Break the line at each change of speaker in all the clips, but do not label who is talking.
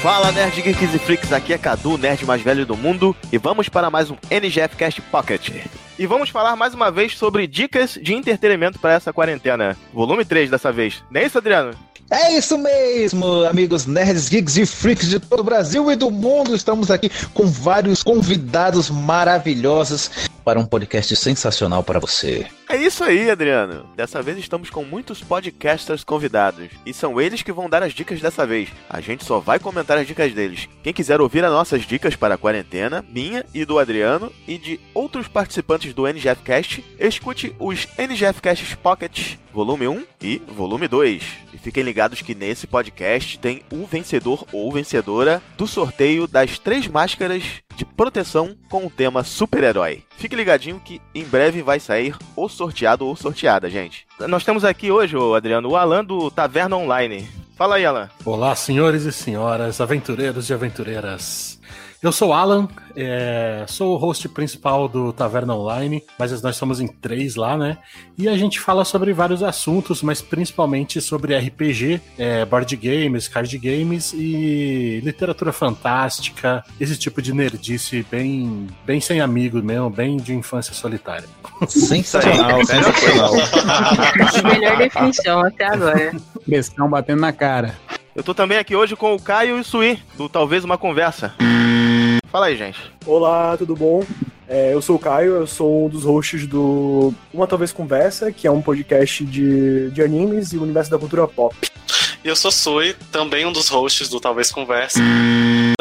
Fala Nerd Geeks e Freaks, aqui é Cadu, o nerd mais velho do mundo, e vamos para mais um NGF Cast Pocket. E vamos falar mais uma vez sobre dicas de entretenimento para essa quarentena. Volume 3 dessa vez. Não é isso, Adriano?
É isso mesmo, amigos nerds, geeks e freaks de todo o Brasil e do mundo. Estamos aqui com vários convidados maravilhosos para um podcast sensacional para você.
É isso aí, Adriano. Dessa vez estamos com muitos podcasters convidados. E são eles que vão dar as dicas dessa vez. A gente só vai comentar as dicas deles. Quem quiser ouvir as nossas dicas para a quarentena, minha e do Adriano, e de outros participantes do NGFcast, escute os NGFcasts Pocket, volume 1 e volume 2. E fiquem ligados que nesse podcast tem o vencedor ou vencedora do sorteio das três máscaras de proteção com o tema super-herói. Fique ligadinho que em breve vai sair o sorteado ou sorteada, gente. Nós temos aqui hoje, ô Adriano, o Alan do Taverna Online. Fala aí, Alan.
Olá, senhores e senhoras, aventureiros e aventureiras. Eu sou o Alan, é, sou o host principal do Taverna Online, mas nós somos em três lá, né? E a gente fala sobre vários assuntos, mas principalmente sobre RPG, é, board games, card games e literatura fantástica, esse tipo de nerdice bem, bem sem amigo mesmo, bem de infância solitária.
Sensacional, sensacional.
Melhor definição até agora.
Bestão batendo na cara.
Eu tô também aqui hoje com o Caio e o Sui, do Talvez Uma Conversa. Fala aí, gente.
Olá, tudo bom? É, eu sou o Caio, eu sou um dos hosts do Uma Talvez Conversa, que é um podcast de, de animes e universo da cultura pop.
E eu sou Sui, também um dos hosts do Talvez Conversa,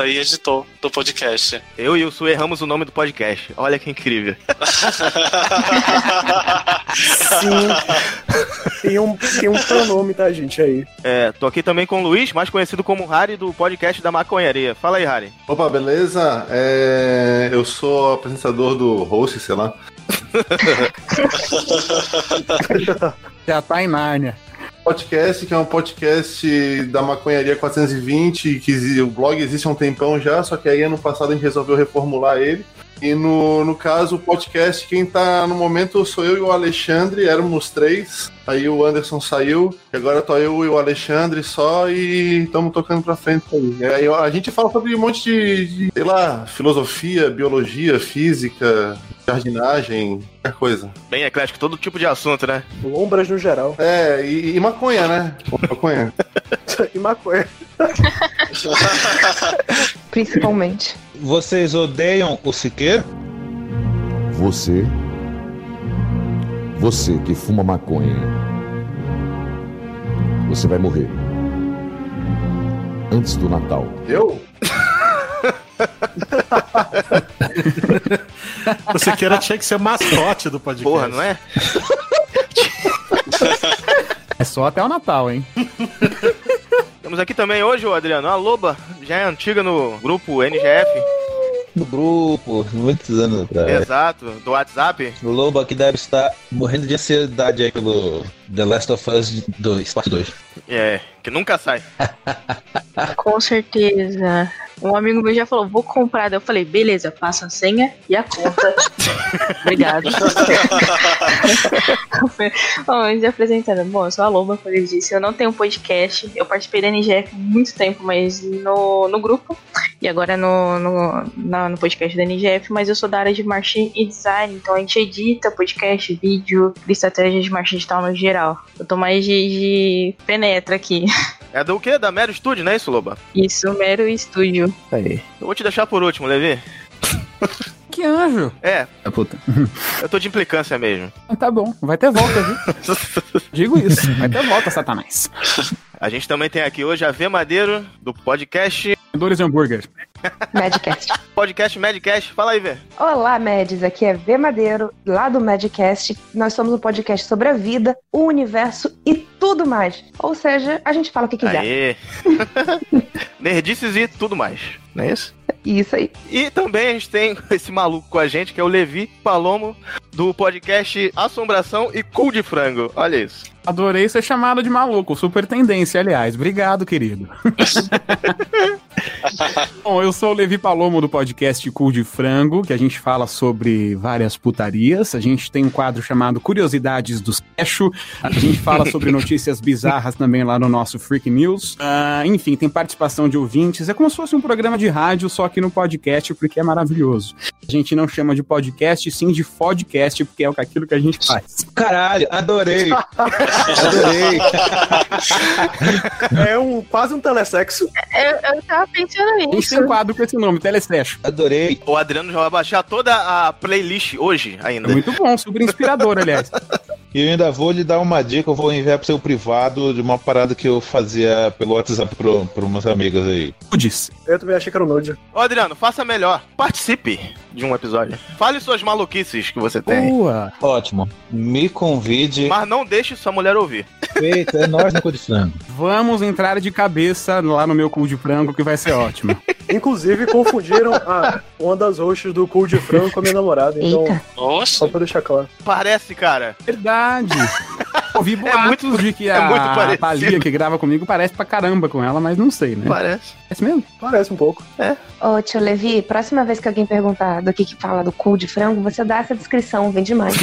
e editor do podcast.
Eu e o Sui erramos o nome do podcast. Olha que incrível.
Sim. tem, um, tem um pronome, tá, gente, aí.
É, tô aqui também com o Luiz, mais conhecido como Harry, do podcast da maconharia. Fala aí, Harry.
Opa, beleza? É, eu sou apresentador do host, sei lá.
Já tá em Nárnia.
Podcast, que é um podcast da Maconharia 420, que exi- o blog existe há um tempão já, só que aí ano passado a gente resolveu reformular ele. E no, no caso, o podcast, quem tá no momento sou eu e o Alexandre, éramos três. Aí o Anderson saiu, e agora tô eu e o Alexandre só e estamos tocando pra frente aí. E aí. A gente fala sobre um monte de, de, sei lá, filosofia, biologia, física, jardinagem, qualquer coisa.
Bem eclético, todo tipo de assunto, né?
Lombras no geral.
É, e, e maconha, né? Maconha.
E maconha.
Principalmente.
Vocês odeiam o Siqueira?
Você. Você que fuma maconha. Você vai morrer. Antes do Natal.
Eu?
Você queira tinha que ser mascote do podcast.
Porra, não é?
É só até o Natal, hein?
Temos aqui também hoje, ô Adriano, a Loba, já é antiga no grupo NGF.
No grupo, muitos anos atrás.
Exato, do WhatsApp.
O Lobo aqui deve estar morrendo de ansiedade aí pelo The Last of Us 2, parte 2.
É, que nunca sai.
Com certeza. Um amigo meu já falou, vou comprar. Daí eu falei, beleza, passa a senha e a conta. Obrigado. Bom, me apresentando. Bom, eu sou a Loba, como ele disse. Eu não tenho podcast. Eu participei da NGF há muito tempo, mas no, no grupo. E agora no, no, na- no podcast da NGF. Mas eu sou da área de marketing e design. Então a gente edita podcast, vídeo, estratégia de marketing digital no geral. Eu tô mais de- de penetra aqui.
É do quê? Da Mero Studio, não é isso, Loba?
Isso, um mero estúdio.
Eu vou te deixar por último, Levi.
Que anjo!
É,
Ah, puta.
eu tô de implicância mesmo.
Ah, Tá bom, vai ter volta, viu? Digo isso, vai ter volta, Satanás.
A gente também tem aqui hoje a V Madeiro, do podcast.
Vendedores de hambúrguer.
Madcast.
Podcast Medcast. Fala aí, Vê.
Olá, Mads. Aqui é V Madeiro, lá do Madcast. Nós somos um podcast sobre a vida, o universo e tudo mais. Ou seja, a gente fala o que quiser.
Aê. Nerdices e tudo mais. Não é isso?
Isso aí.
E também a gente tem esse maluco com a gente, que é o Levi Palomo, do podcast Assombração e Cu de Frango. Olha isso.
Adorei ser chamado de maluco, super tendência, aliás. Obrigado, querido. Bom, eu sou o Levi Palomo do podcast Cool de Frango, que a gente fala sobre várias putarias. A gente tem um quadro chamado Curiosidades do Seixo. A gente fala sobre notícias bizarras também lá no nosso Freak News. Ah, enfim, tem participação de ouvintes. É como se fosse um programa de rádio, só que no podcast, porque é maravilhoso. A gente não chama de podcast, sim de podcast, porque é aquilo que a gente faz.
Caralho, adorei. Adorei.
É um, quase um telesexo.
Eu, eu tava pensando
A gente
nisso.
tem um quadro com esse nome, Telesession.
Adorei.
O Adriano já vai baixar toda a playlist hoje ainda.
É Muito bom, super inspirador, aliás.
E eu ainda vou lhe dar uma dica, eu vou enviar pro seu privado de uma parada que eu fazia pelo WhatsApp pro, pro meus amigos aí.
Pudes.
Eu também achei que era um o Node.
Ô Adriano, faça melhor. Participe de um episódio. Fale suas maluquices que você tem.
Boa.
Ótimo. Me convide.
Mas não deixe sua mulher ouvir.
Perfeito, é nós no cu de frango.
Vamos entrar de cabeça lá no meu cu de frango, que vai ser ótimo.
Inclusive, confundiram a, uma das hosts do Cool de Frango com a minha namorada. Então,
Eita.
só
Nossa,
pra deixar claro.
Parece, cara.
Verdade. Ouvi boatos
muito-
de que
é
a
muito parecido.
Thalia, que grava comigo, parece pra caramba com ela, mas não sei, né?
Parece.
Parece mesmo?
Parece um pouco.
É.
Ô, tio Levi, próxima vez que alguém perguntar do que que fala do cu de frango, você dá essa descrição, vem demais.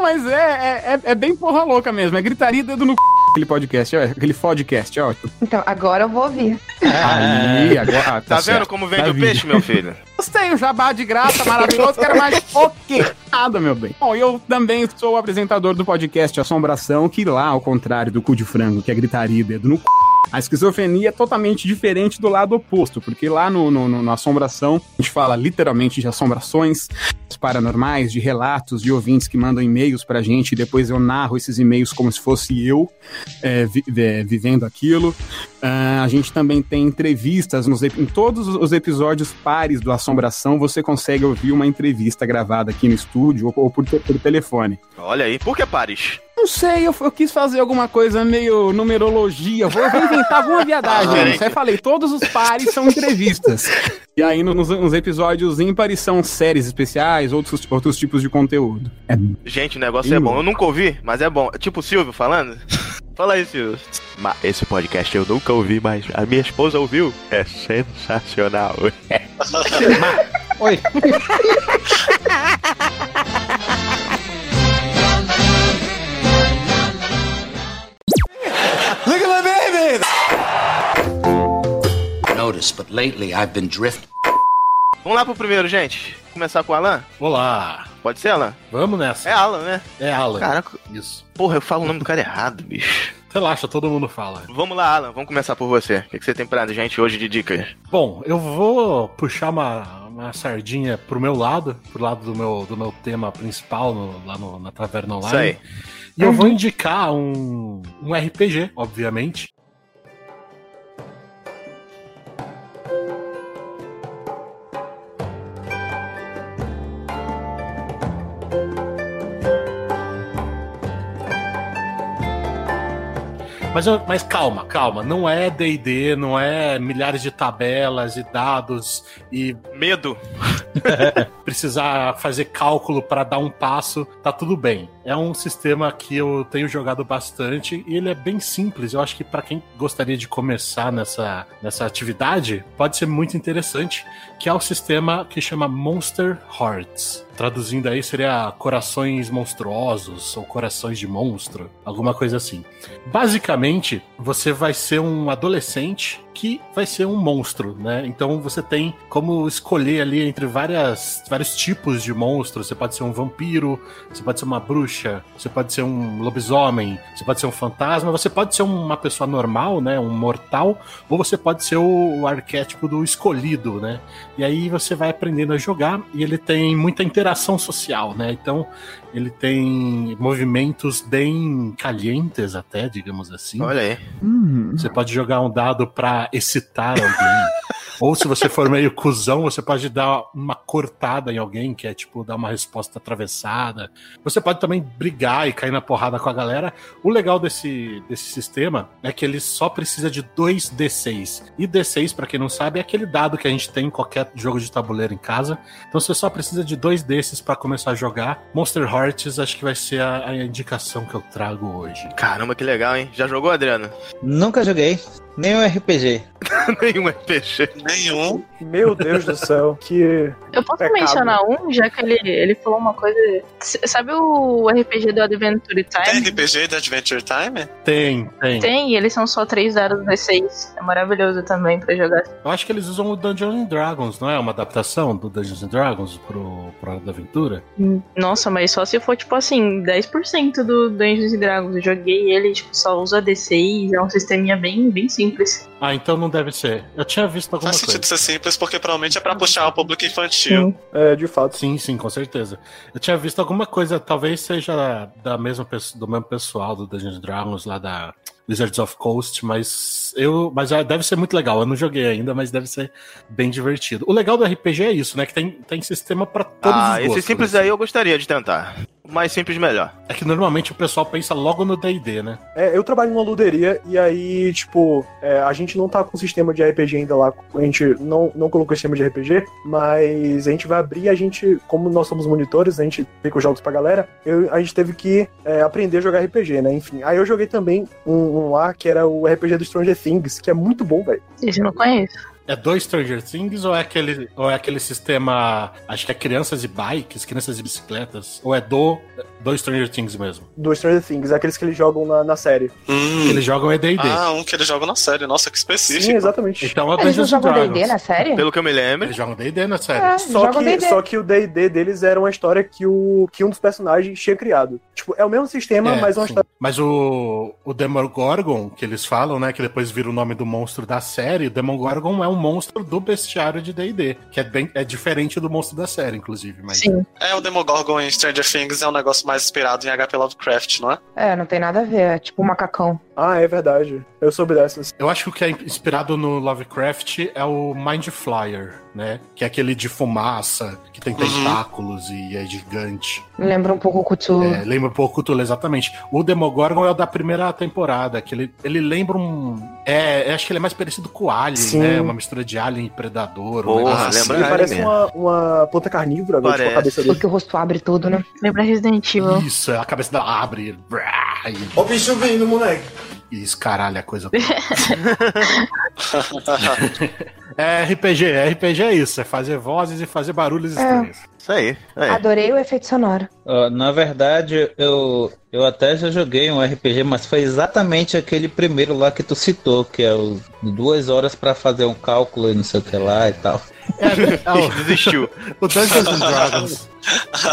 Mas é, é, é, é bem porra louca mesmo. É gritaria e dedo no c... aquele podcast, ó, aquele podcast, ó.
Então, agora eu vou ouvir.
Aí, agora. ah,
Tá, vendo
certo.
como vende o
Maravilha.
peixe, meu filho?
Gostei, o jabá de graça, maravilhoso, quero mais um o quê? Nada, meu bem. Bom, eu também sou o apresentador do podcast Assombração, que lá, ao contrário do cu de frango, que é gritaria e dedo no c... A esquizofrenia é totalmente diferente do lado oposto, porque lá no, no, no- na Assombração, a gente fala literalmente de assombrações paranormais, de relatos, de ouvintes que mandam e-mails pra gente, e depois eu narro esses e-mails como se fosse eu é, vi- é, vivendo aquilo. Ah, a gente também tem entrevistas nos, ep- em todos os episódios pares do Assombração. Você consegue ouvir uma entrevista gravada aqui no estúdio ou, ou por, te- por telefone.
Olha aí. Por que Paris?
Não sei, eu, eu quis fazer alguma coisa meio numerologia. Vou, eu vou inventar alguma viadagem.
Ah,
aí falei, todos os pares são entrevistas. E aí no- nos, nos episódios ímpares são séries especiais, outros, outros tipos de conteúdo. É
Gente, o negócio é
Ih.
bom. Eu nunca ouvi, mas é bom. É Tipo o Silvio falando. Fala aí, Silvio. Mas esse podcast eu nunca ouvi, mas a minha esposa ouviu. É sensacional.
Oi.
noticed, but lately I've been drifting.
Vamos lá pro primeiro, gente. Começar com o Alan?
Olá.
Pode ser, Alan?
Vamos
É
nessa.
Alan, né?
É, Alan.
Caraca,
Isso.
porra, eu falo o nome do cara errado, bicho.
Relaxa, todo mundo fala.
Vamos lá, Alan, vamos começar por você. O que que você tem pra gente hoje de dicas?
Bom, eu vou puxar uma, uma sardinha pro meu lado, pro lado do meu, do meu tema principal no- lá no- na Taverna
Isso
Online.
aí.
E eu vou indicar um, um RPG, obviamente. Mas, eu- mas calma, calma. Não é DD, não é milhares de tabelas e dados e
Medo.
precisar fazer cálculo para dar um passo, tá tudo bem. É um sistema que eu tenho jogado bastante e ele é bem simples. Eu acho que para quem gostaria de começar nessa, nessa atividade, pode ser muito interessante, que é o sistema que chama Monster Hearts. Traduzindo aí seria corações monstruosos ou corações de monstro, alguma coisa assim. Basicamente, você vai ser um adolescente que vai ser um monstro, né? Então você tem como escolher ali entre várias, vários tipos de monstros. Você pode ser um vampiro, você pode ser uma bruxa, você pode ser um lobisomem, você pode ser um fantasma, você pode ser uma pessoa normal, né? Um mortal, ou você pode ser o, o arquétipo do escolhido, né? E aí você vai aprendendo a jogar e ele tem muita interação social, né? Então ele tem movimentos bem calientes, até, digamos assim.
Olha aí.
Hum.
Você pode jogar um dado pra excitar alguém. Ou se você for meio cuzão, você pode dar uma cortada em alguém, que é tipo dar uma resposta atravessada. Você pode também brigar e cair na porrada com a galera. O legal desse, desse sistema é que ele só precisa de dois D6. E D6, pra quem não sabe, é aquele dado que a gente tem em qualquer jogo de tabuleiro em casa. Então você só precisa de dois desses pra começar a jogar. Monster Hearts acho que vai ser a, a indicação que eu trago hoje.
Caramba, que legal, hein? Já jogou, Adriano?
Nunca joguei. Nem um RPG.
Nenhum RPG.
Nenhum.
Meu Deus do céu, que.
Eu posso
pecado.
mencionar um, já que ele, ele falou uma coisa. S- Sabe o RPG do Adventure
Tem
Time?
RPG da Adventure Time?
Tem, tem.
Tem, e eles são só três dados D6. É maravilhoso também pra jogar.
Eu acho que eles usam o Dungeons and Dragons, não é? Uma adaptação do Dungeons and Dragons pro, pro Hora da Aventura.
Nossa, mas só se for, tipo assim, 10% do Dungeons and Dragons. Eu joguei ele, tipo, só usa D6, é um sisteminha bem, bem simples.
Ah, então não deve ser. Eu tinha visto alguma
Faz
coisa.
sentido ser simples, porque provavelmente é pra puxar o público infantil.
É, de fato.
Sim, sim, com certeza. Eu tinha visto alguma coisa, talvez seja da mesma pesso- do mesmo pessoal do Dungeons and Dragons lá da Wizards of Coast, mas eu, mas ah, deve ser muito legal. Eu não joguei ainda, mas deve ser bem divertido. O legal do RPG é isso, né? Que tem, tem sistema pra todos
ah,
os
esse
gostos.
simples aí eu gostaria de tentar. O mais simples, melhor.
É que normalmente o pessoal pensa logo no D&D, né?
É, eu trabalho numa luderia e aí, tipo, é, a gente não tá com sistema de RPG ainda lá. A gente não, não colocou sistema de RPG, mas a gente vai abrir, a gente, como nós somos monitores, a gente fica os jogos pra galera, eu- a gente teve que é, aprender a jogar RPG, né? Enfim. Aí eu joguei também um, um lá que era o RPG do Stranger Things, que é muito bom, velho.
Esse eu não conheço.
É dois Stranger Things ou é aquele ou é aquele sistema, acho que é crianças e bikes, crianças e bicicletas, ou é do dois Stranger Things mesmo?
Do Stranger Things, aqueles que eles jogam na, na série.
Hum.
Eles jogam é D&D.
Ah, um que eles jogam na série. Nossa, que específico.
Sim, exatamente.
Então é
Eles não
Dungeons and
jogam D&D
Dragons.
né?
na série?
Pelo que eu me lembro.
Eles jogam D&D na série.
É,
Só
jogam
que,
D&D.
só que o D&D deles era uma história que, o, que um dos personagens tinha criado. Tipo, é o mesmo sistema,
É,
mas uma
sim.
história...
Mas o, o Demogorgon, que eles falam, né? Que depois vira o nome do monstro da série, o Demogorgon é um monstro do bestiário de DD, que é, bem, é diferente do monstro da série, inclusive. Mas
Sim.
É, o Demogorgon em Stranger Things é um negócio mais inspirado em HP Lovecraft, não é?
É, não tem nada a ver. É tipo um macacão.
Ah, é verdade. Eu soube dessas.
eu acho que o que é inspirado no Lovecraft é o Mind Flyer, né? Que é aquele de fumaça, que tem tentáculos e é gigante.
Lembra um pouco o Cthulhu.
É, lembra um pouco o Cthulhu, exatamente. O Demogorgon é o da primeira temporada, que ele, ele lembra um. É, eu acho que ele é mais parecido com o Alien,
Sim.
né? Uma mistura de Alien e Predador. um
Porra,
negócio assim.
lembra
Ele
Ah,
parece
ele
uma, uma planta carnívora, velho, tipo, a
Parece.
cabeça dele.
Porque o rosto abre todo, né?
Lembra Resident Evil.
Isso, é a cabeça dela abre. ele- brá, E
Ó o bicho vindo, moleque.
e escaralha a coisa toda. É RPG, é RPG é isso, é fazer vozes e fazer barulhos
É.
estranhos.
Isso aí. aí.
Adorei o efeito sonoro.
Ó, Ah, na verdade, eu, eu até já joguei um RPG, mas foi exatamente aquele primeiro lá que tu citou, que é o duas horas pra fazer um cálculo e não sei o que lá e tal.
É, é o,
Desistiu.
o Dungeons and Dragons.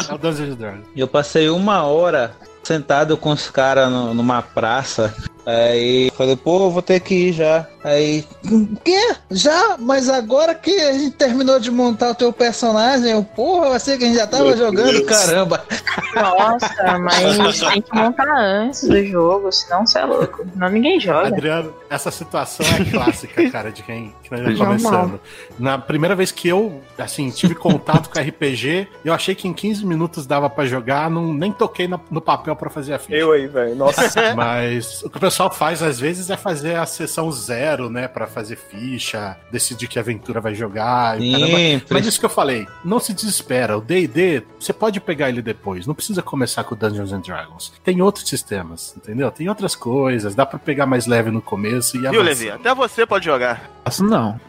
É o Dungeons and Dragons.
Eu passei uma hora sentado com os caras no- numa praça. Aí falei, pô, eu vou ter que ir já. Aí, "Hum, quê? Já? Mas agora que a gente terminou de montar o teu personagem, eu, porra, eu sei que a gente já tava
Meu
jogando,
Deus.
caramba.
Nossa, mas tem que montar antes do jogo, senão você é louco. Não ninguém joga.
Adriano, essa situação é clássica, cara, de quem que nós já
Normal.
começando. Na primeira vez que eu, assim, tive contato com RPG, eu achei que em 15 minutos dava pra jogar, não, nem toquei na- no papel pra fazer a ficha.
Eu aí, velho. Nossa.
Mas o que o pessoal faz às vezes é fazer a sessão zero, né? Pra fazer ficha, decidir que aventura vai jogar. E o caramba.
Sempre.
Mas isso que eu falei, não se desespera. O DD, você pode pegar ele depois. Não precisa começar com Dungeons and Dragons. Tem outros sistemas, entendeu? Tem outras coisas. Dá pra pegar mais leve no começo e
Viu,
avançar.
Levi? Até você pode jogar.
Não.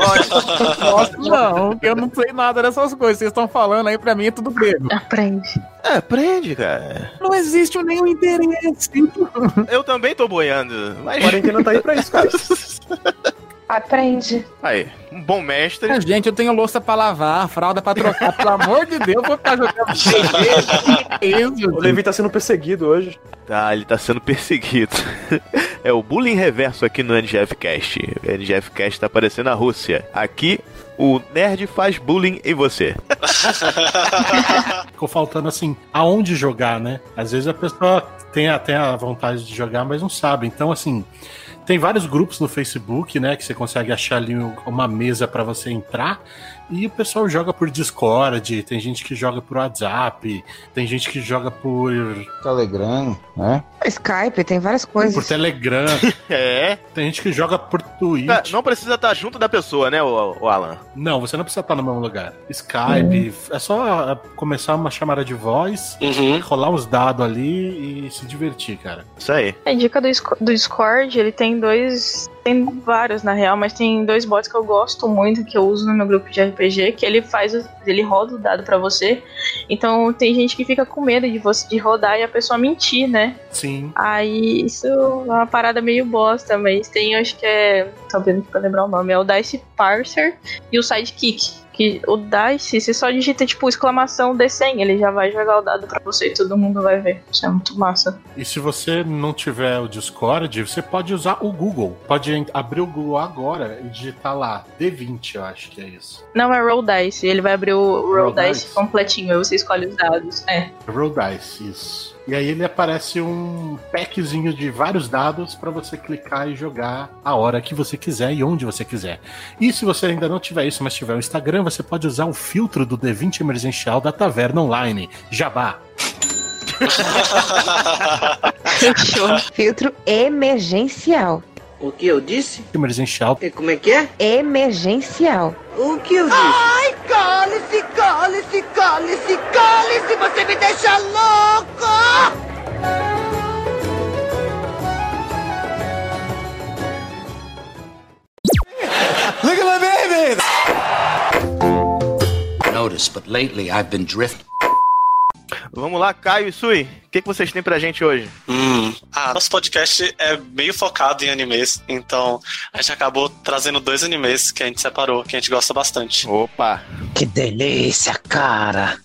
Ótimo.
Nossa, não, eu não sei nada dessas coisas. Vocês estão falando aí pra mim é tudo grego.
Aprende.
É, aprende, cara.
Não existe nenhum interesse.
Eu também tô boiando. Mas.
Quarentena tá aí pra isso, cara.
Aprende.
Aí. Um bom mestre.
Ah, Gente, eu tenho louça pra lavar, fralda pra trocar. Pelo amor de Deus, eu vou ficar jogando. Que isso, gente?
O Levi tá sendo perseguido hoje.
Tá, ele tá sendo perseguido. é o bullying reverso aqui no NGFcast. O NGFcast tá aparecendo na Rússia. Aqui, o nerd faz bullying em você. É
Ficou faltando assim, aonde jogar, né? Às vezes a pessoa tem até a vontade de jogar, mas não sabe. Então, assim, Tem vários grupos no Facebook, né? Que você consegue achar ali um- uma mesa pra você entrar. E o pessoal joga por Discord, tem gente que joga por WhatsApp, tem gente que joga por.
Telegram, né?
Skype, tem várias coisas.
Por Telegram.
é.
Tem gente que joga por Twitch.
Tá, Não precisa estar junto da pessoa, né, o, o Alan?
Não, você não precisa estar no mesmo lugar. Skype, é só ah, começar uma chamada de voz, rolar uns dados ali e se divertir, cara.
Isso aí.
é
A dica do, Sc- do Discord, ele tem dois. Tem vários na real, mas tem dois bots que eu gosto muito, que eu uso no meu grupo de RPG, que ele faz. o- Ele roda o dado pra você. Então tem gente que fica com medo de você de rodar e a pessoa mentir, né?
Sim.
Aí isso é uma parada meio bosta, mas tem, acho que é. Tô vendo que eu lembrar o nome, é o Dice Parser e o Sidekick. Que o Dice, você só digita tipo exclamação D100, ele já vai jogar o dado pra você e todo mundo vai ver. Isso é muito massa.
E se você não tiver o Discord, você pode usar o Google. Pode en- abrir o Google agora e digitar lá D20, eu acho que é isso.
Não, é Roll Dice. Ele vai abrir o Roll,
Roll
dice,
Dice?
completinho. Aí você escolhe os dados. É.
Roll Dice, isso. E aí ele aparece um packzinho de vários dados para você clicar e jogar a hora que você quiser e onde você quiser. E se você ainda não tiver isso, mas tiver o Instagram, você pode usar o filtro do D20 emergencial da Taverna Online. Jabá.
Filtro emergencial.
O que eu disse?
Emergencial.
Como é que é?
Emergencial.
O que eu disse?
Ai, cole-se, cole-se, cole-se, cole-se, você me deixa louco!
Look at my baby! Notice, but lately I've been drifting.
Vamos lá, Caio e Sui. O que, que vocês têm pra gente hoje?
Hum. Ah, nosso podcast é meio focado em animes, então a gente acabou trazendo dois animes que a gente separou, que a gente gosta bastante.
Opa!
Que delícia, cara!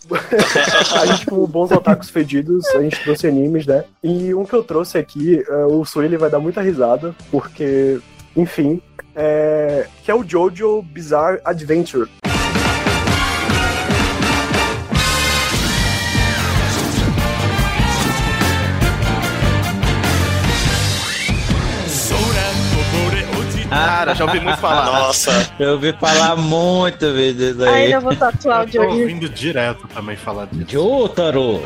a gente, com tipo, bons otakus fedidos, a gente trouxe animes, né? E um que eu trouxe aqui, é, o Sueli vai dar muita risada, porque, enfim, é, que é o Jojo Bizarre Adventure.
Cara, já ouvi muito falar.
Eu ouvi falar muito vezes aí.
Aí eu vou tatuar o
Eu tô
Jojo.
ouvindo direto também falar disso.
Jotaro!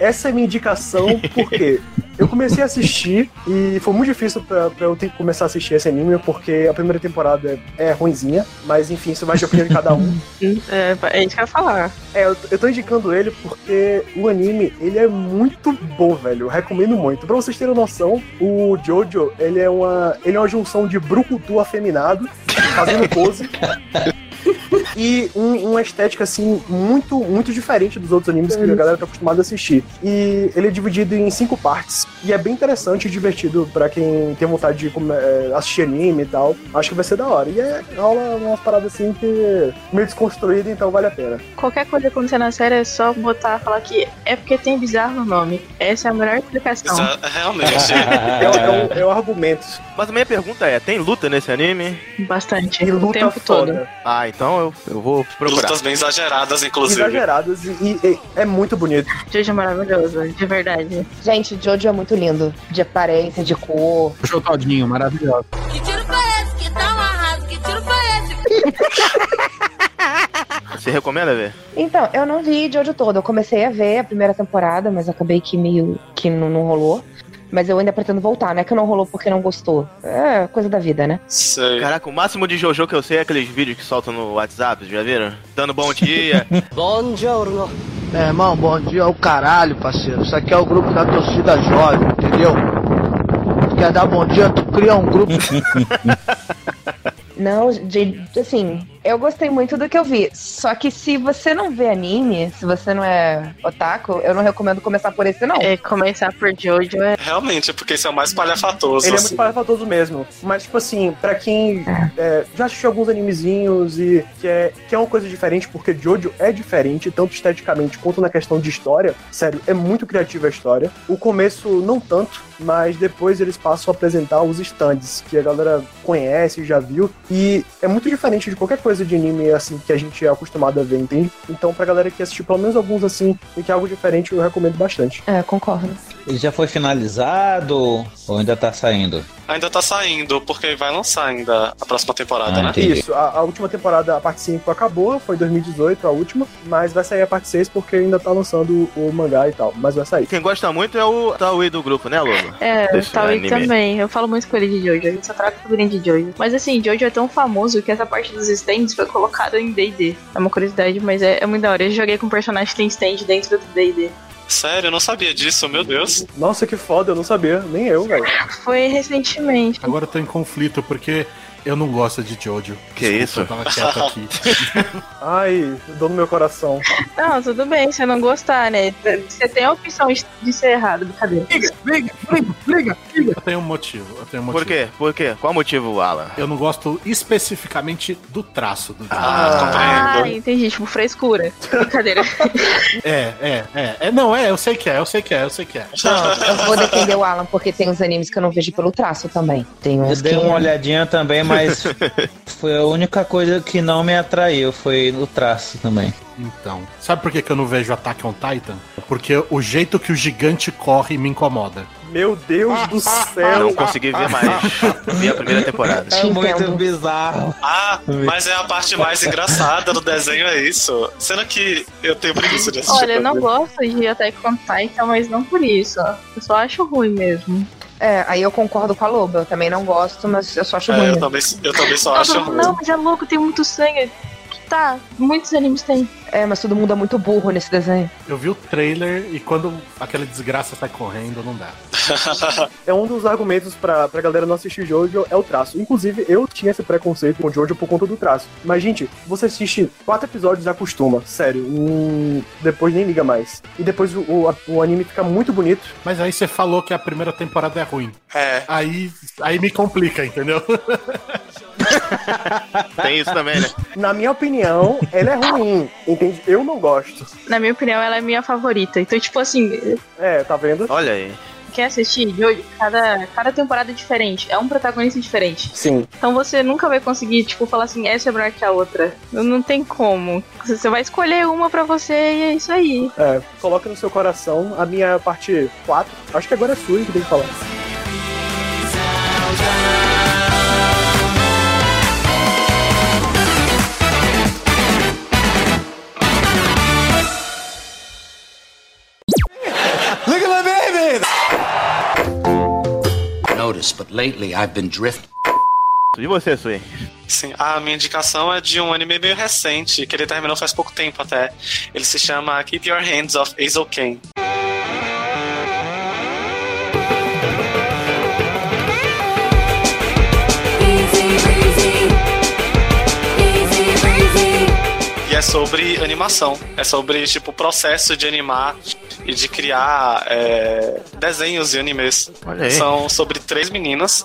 Essa é minha indicação, porque eu comecei a assistir e foi muito difícil pra, pra eu ter que começar a assistir esse anime, porque a primeira temporada é, é ruinzinha, mas enfim, isso vai de opinião de cada um.
É, é isso que eu ia falar.
É, eu, eu tô indicando ele porque o anime, ele é muito bom, velho. Eu recomendo muito. Pra vocês terem noção, o Jojo, ele é uma, ele é uma junção de brucutu afeminado, fazendo pose, e um- uma estética, assim, muito, muito diferente dos outros animes que a galera tá acostumada a assistir. E ele é dividido em cinco partes, e é bem interessante e divertido pra quem tem vontade de come- é, assistir anime e tal. Acho que vai ser da hora. E é rola umas paradas, assim, que meio desconstruída, então vale a pena.
Qualquer coisa acontecendo na série é só botar falar que é porque tem bizarro no nome. Essa é a melhor explicação.
Exa-
é, Realmente.
É, o- é, o- é o argumento.
Mas a minha pergunta é: tem luta nesse anime?
Bastante.
luta
o tempo todo.
Ah, então eu, eu vou procurar.
Lutas bem exageradas, inclusive.
Exageradas e, e- é muito bonito.
Jojo é maravilhoso, de verdade.
Gente, o Jojo é muito lindo. De aparência, de cor.
Puxou o Todinho, maravilhoso.
Que tiro foi esse? Que tá um arraso? Que tiro foi esse?
Você recomenda ver?
Então, eu não vi Jojo todo. Eu comecei a ver a primeira temporada, mas acabei que meio que não, não rolou. Mas eu ainda pretendo voltar, não é que não rolou porque não gostou. É coisa da vida, né?
Caraca, o máximo de JoJo que eu sei é aqueles vídeos que soltam no WhatsApp, já viram? Dando bom dia.
Bom giorno.
Meu irmão, bom dia ao caralho, parceiro. Isso aqui é o grupo da torcida jovem, entendeu? Tu quer dar bom dia, tu cria um grupo.
Não, de- assim, Eu gostei muito do que eu vi. Só que se você não vê anime, se você não é otaku, eu não recomendo começar por esse, não.
É, começar por Jojo é.
Realmente, porque esse é o mais palhafatoso.
Ele é
assim.
muito parafatoso mesmo. Mas, tipo assim, pra quem é, já assistiu alguns animezinhos e quer, quer é uma coisa diferente, porque Jojo é diferente, tanto esteticamente quanto na questão de história. Sério, é muito criativa a história. O começo, não tanto, mas depois eles passam a apresentar os stands que a galera conhece, já viu. E é muito diferente de qualquer coisa de anime, assim, que a gente é acostumado a ver, entende? Então, pra galera que assistir pelo menos alguns, assim, e que é algo diferente, eu recomendo bastante.
É, concordo.
Ele já foi finalizado ou ainda tá saindo?
Ainda tá saindo, porque vai lançar ainda a próxima temporada,
Ah,
né?
entendi.
Isso, a, a última temporada, a parte 5 acabou, foi em 2018 a última, mas vai sair a parte 6 porque ainda tá lançando o mangá e tal, mas vai sair.
Quem gosta muito é o Taui do grupo, né, Lola?
É,
Desse
tal e
anime.
também. Eu falo muito com ele de Jojo, a gente só troca figurinha de Jojo. Mas assim, Jojo é tão famoso que essa parte dos stands foi colocada em D&D. É uma curiosidade, mas é, é muito da hora. Eu joguei com um personagem que tem stand dentro do D&D.
Sério, eu não sabia disso, meu Deus.
Nossa, que foda, eu não sabia, nem eu, velho.
Foi recentemente.
Agora eu tô em conflito, porque eu não gosto de Jojo.
Que isso?
Eu tava quieto aqui.
Ai, dor no meu coração.
Não, tudo bem, se eu não gostar, né? Você tem a opção de de ser errado, brincadeira.
Eu tenho um motivo, eu tenho um motivo.
Por quê? Por quê? Qual o motivo, Alan?
Eu não gosto especificamente do traço do Jojo.
Ah, entendi, tipo, frescura. Brincadeira.
É, é, é, é. Não, é, eu sei que é, eu sei que é, eu sei que é.
Não, eu vou defender o Alan porque tem uns animes que eu não vejo pelo traço também. Tem
Eu
uns
dei
que-
uma olhadinha também, mas foi a única coisa que não me atraiu, foi o traço também.
Então, sabe por que, que eu não vejo Attack on Titan? Porque o jeito que o gigante corre me incomoda.
Meu Deus do céu.
Não consegui ver mais. Vi a primeira temporada.
É muito bizarro.
Ah, mas é a parte mais engraçada do desenho, é isso. Sendo que eu tenho preguiça
né?
de assistir.
Olha, eu não
pra ver.
gosto de Attack on Titan, mas não por isso. Eu só acho ruim mesmo.
É, aí eu concordo com a Loba. Eu também não gosto, mas eu só acho
É,
ruim.
eu, também, eu também só acho
Todo mundo,
ruim.
não, mas é louco, tem muito sangue. Tá, muitos animes tem.
É, mas todo mundo é muito burro nesse desenho.
Eu vi o trailer e quando aquela desgraça sai correndo, não dá.
É um dos argumentos pra, pra galera não assistir Jojo é o traço. Inclusive, eu tinha esse preconceito com Jojo por conta do traço. Mas, gente, você assiste quatro episódios e acostuma, sério. Hum, depois nem liga mais. E depois o, o, a- o anime fica muito bonito.
Mas aí você falou que a primeira temporada é ruim.
É.
Aí, aí me complica, entendeu?
Tem isso também, né?
Na minha opinião, ela é ruim, entende? Eu não gosto.
Na minha opinião, ela é minha favorita. Então, tipo assim,
É, tá vendo?
Olha aí.
quer assistir Jojo? Cada, cada temporada é diferente. É um protagonista diferente.
Sim.
Então você nunca vai conseguir, tipo, falar assim, essa é melhor que a outra. Não- Não tem como. Você você vai escolher uma pra você e é isso aí.
É, coloca no seu coração a minha parte 4. Acho que agora é sua que tem que falar.
Look at my baby! Notice, but lately I've been drifting.
E você, Sui?
Sim, a minha indicação é de um anime meio recente, que ele terminou faz pouco tempo até. Ele se chama Keep Your Hands Off Azel Kane. E é sobre animação. É sobre, tipo, o processo de animar e de criar é, desenhos e animes.
Olha aí.
São sobre três meninas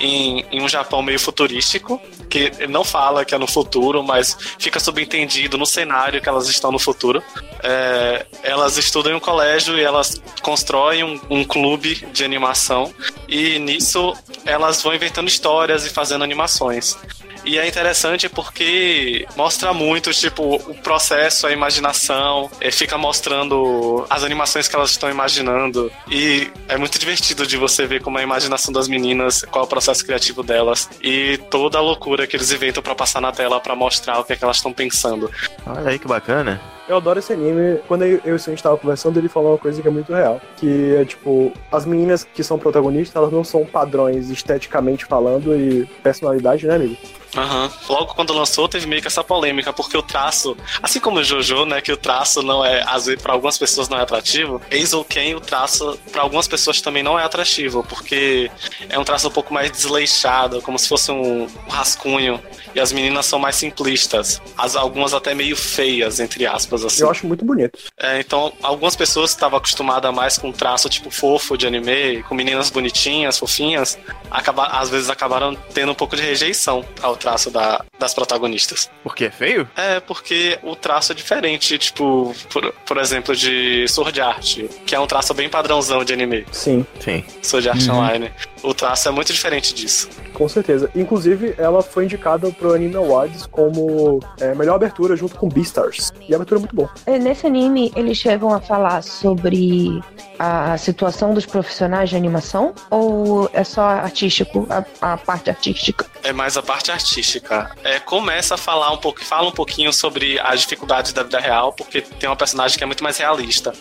em, em um Japão meio futurístico, que não fala que é no futuro, mas fica subentendido no cenário que elas estão no futuro. É, elas estudam em um colégio e elas constroem um, um clube de animação. E nisso elas vão inventando histórias e fazendo animações. E é interessante porque mostra muito, tipo, o processo, a imaginação, eh, fica mostrando as animações que elas estão imaginando. E é muito divertido de você ver como é a imaginação das meninas, qual é o processo criativo delas e toda a loucura que eles inventam pra passar na tela pra mostrar o que é que elas estão pensando.
Olha aí que bacana.
Eu adoro esse anime. Quando eu eu e o Sam estava conversando, ele falou uma coisa que é muito real. Que é tipo, as meninas que são protagonistas, elas não são padrões esteticamente falando e personalidade, né, amigo?
Aham. Logo quando lançou, teve meio que essa polêmica, porque o traço, assim como o Jojo, né, que o traço não é, às vezes, pra algumas pessoas não é atrativo, Eis ou Ken, o traço, pra algumas pessoas também não é atrativo, porque é um traço um pouco mais desleixado, como se fosse um rascunho, e as meninas são mais simplistas, as, algumas até meio feias, entre aspas, assim.
Eu acho muito bonito.
É, então, algumas pessoas que estavam acostumadas mais com traço tipo fofo de anime, com meninas bonitinhas, fofinhas, acaba, às vezes acabaram tendo um pouco de rejeição ao traço da, das protagonistas.
Porque é feio?
É, porque o traço é diferente, tipo, por, por exemplo, de Sword Art, que é um traço bem padrãozão de anime.
Sim.
Sim.
Sword Art
Uhum.
Online. O traço é muito diferente disso.
Com certeza. Inclusive, ela foi indicada pro Anime Awards como é, melhor abertura junto com Beastars. E a abertura é muito boa.
É, Nesse anime, eles chegam a falar sobre a situação dos profissionais de animação? Ou é só artístico, a, a parte artística?
É mais a parte artística. É, começa a falar um pouco, fala um pouquinho sobre as dificuldades da vida real, porque tem uma personagem que é muito mais realista.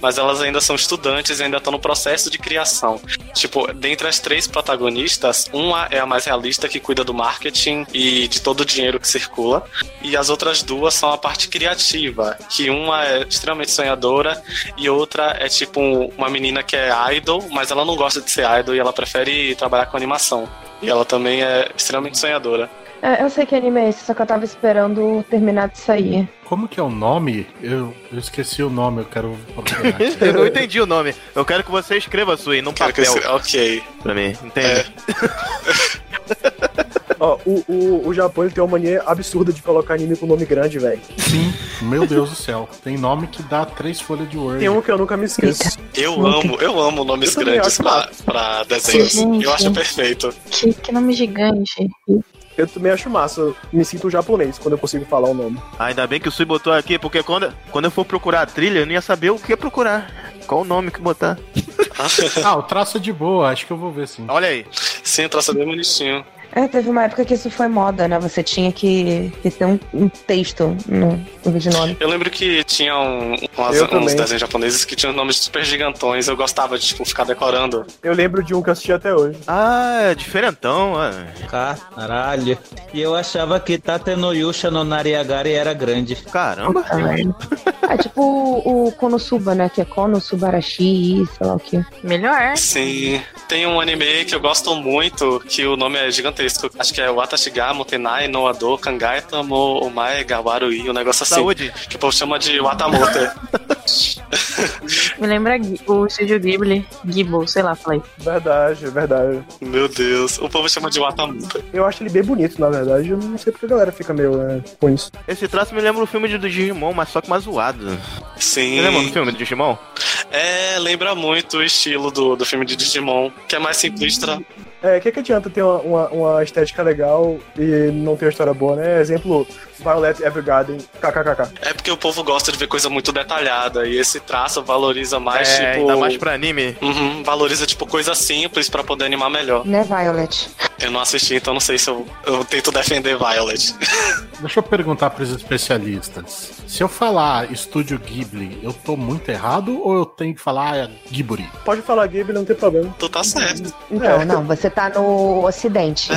Mas elas ainda são estudantes e ainda estão no processo de criação. Tipo, dentre as três protagonistas, uma é a mais realista que cuida do marketing e de todo o dinheiro que circula. E as outras duas são a parte criativa, que uma é extremamente sonhadora e outra é tipo um- uma menina que é idol, mas ela não gosta de ser idol e ela prefere trabalhar com animação. E ela também é extremamente sonhadora.
É, eu sei que anime é esse, só que eu tava esperando terminar de sair.
Como que é o nome? Eu, eu esqueci o nome, eu quero procurar. aqui.
Eu não entendi o nome. Eu quero que você escreva, Sui, num
Quero que
papel.
eu- Ok.
Pra mim, entende?
Ó, o, o, o Japão ele tem uma mania absurda de colocar anime com nome grande, velho.
Meu Deus do céu, tem nome que dá três folhas de Word.
Tem um que eu nunca me esqueço.
Eu amo, eu amo nomes
Eu também
grandes
acho
pra, pra desenhos.
Sim,
eu acho
sim.
perfeito.
Que, que nome gigante.
Eu também acho massa. Eu me sinto um japonês quando eu consigo falar o nome.
Ainda bem que o Sui botou aqui, porque quando, quando eu for procurar a trilha, eu não ia saber o que procurar. Qual o nome que botar.
Ah, o traço é de boa, acho que eu vou ver sim.
Olha aí.
Sim, o traço é bem bonitinho.
É, teve uma época que isso foi moda, né? Você tinha que, que ter um, um texto no, no vídeo nome.
Eu lembro que tinha um, umas-
Eu
uns
também.
desenhos japoneses que tinham nomes super gigantões. Eu gostava de tipo, ficar decorando.
Eu lembro de um que eu assisti até hoje.
Ah, é diferentão, mano.
Caralho. E eu achava que Tate no Yusha no Nariagari era grande.
Caramba.
É tipo o, o Konosuba, né? Que é Konosubarashi, e sei lá o que.
Melhor.
Sim. Tem um anime que eu gosto muito, que o nome é gigantesco. Acho que é Watashigamu Tenai no Ado Kangaitamo Omae Gawarui, um negócio assim.
Saúde.
Que o povo chama de Watamote.
Me lembra Gui- o estúdio Ghibli. Ghibli, sei lá, falei.
Verdade, verdade.
Meu Deus, o povo chama de Watamote.
Eu acho ele bem bonito, na verdade. Eu não sei porque a galera fica meio é, com isso.
Esse traço me lembra o filme de- do Digimon, mas só que mais zoado.
Sim.
Você lembra do filme do Digimon?
É, lembra muito o estilo do, do filme de Digimon, que é mais simplista.
É, o que, que adianta ter uma, uma, uma estética legal e não ter uma história boa, né? Exemplo, Violet Evergarden, kkkk.
É porque o povo gosta de ver coisa muito detalhada e esse traço valoriza mais,
é,
tipo.
ainda mais pra anime.
Uhum, valoriza, tipo, coisa simples pra poder animar melhor.
é
Né, Violet?
Eu não assisti, então não sei se eu, eu tento defender Violet.
Deixa eu perguntar para os especialistas. Se eu falar estúdio Ghibli, eu tô muito errado ou eu tenho que falar ah, é Ghibli?
Pode falar Gabe, não tem problema.
Tu tá certo.
Então,
É.
não, você tá no ocidente.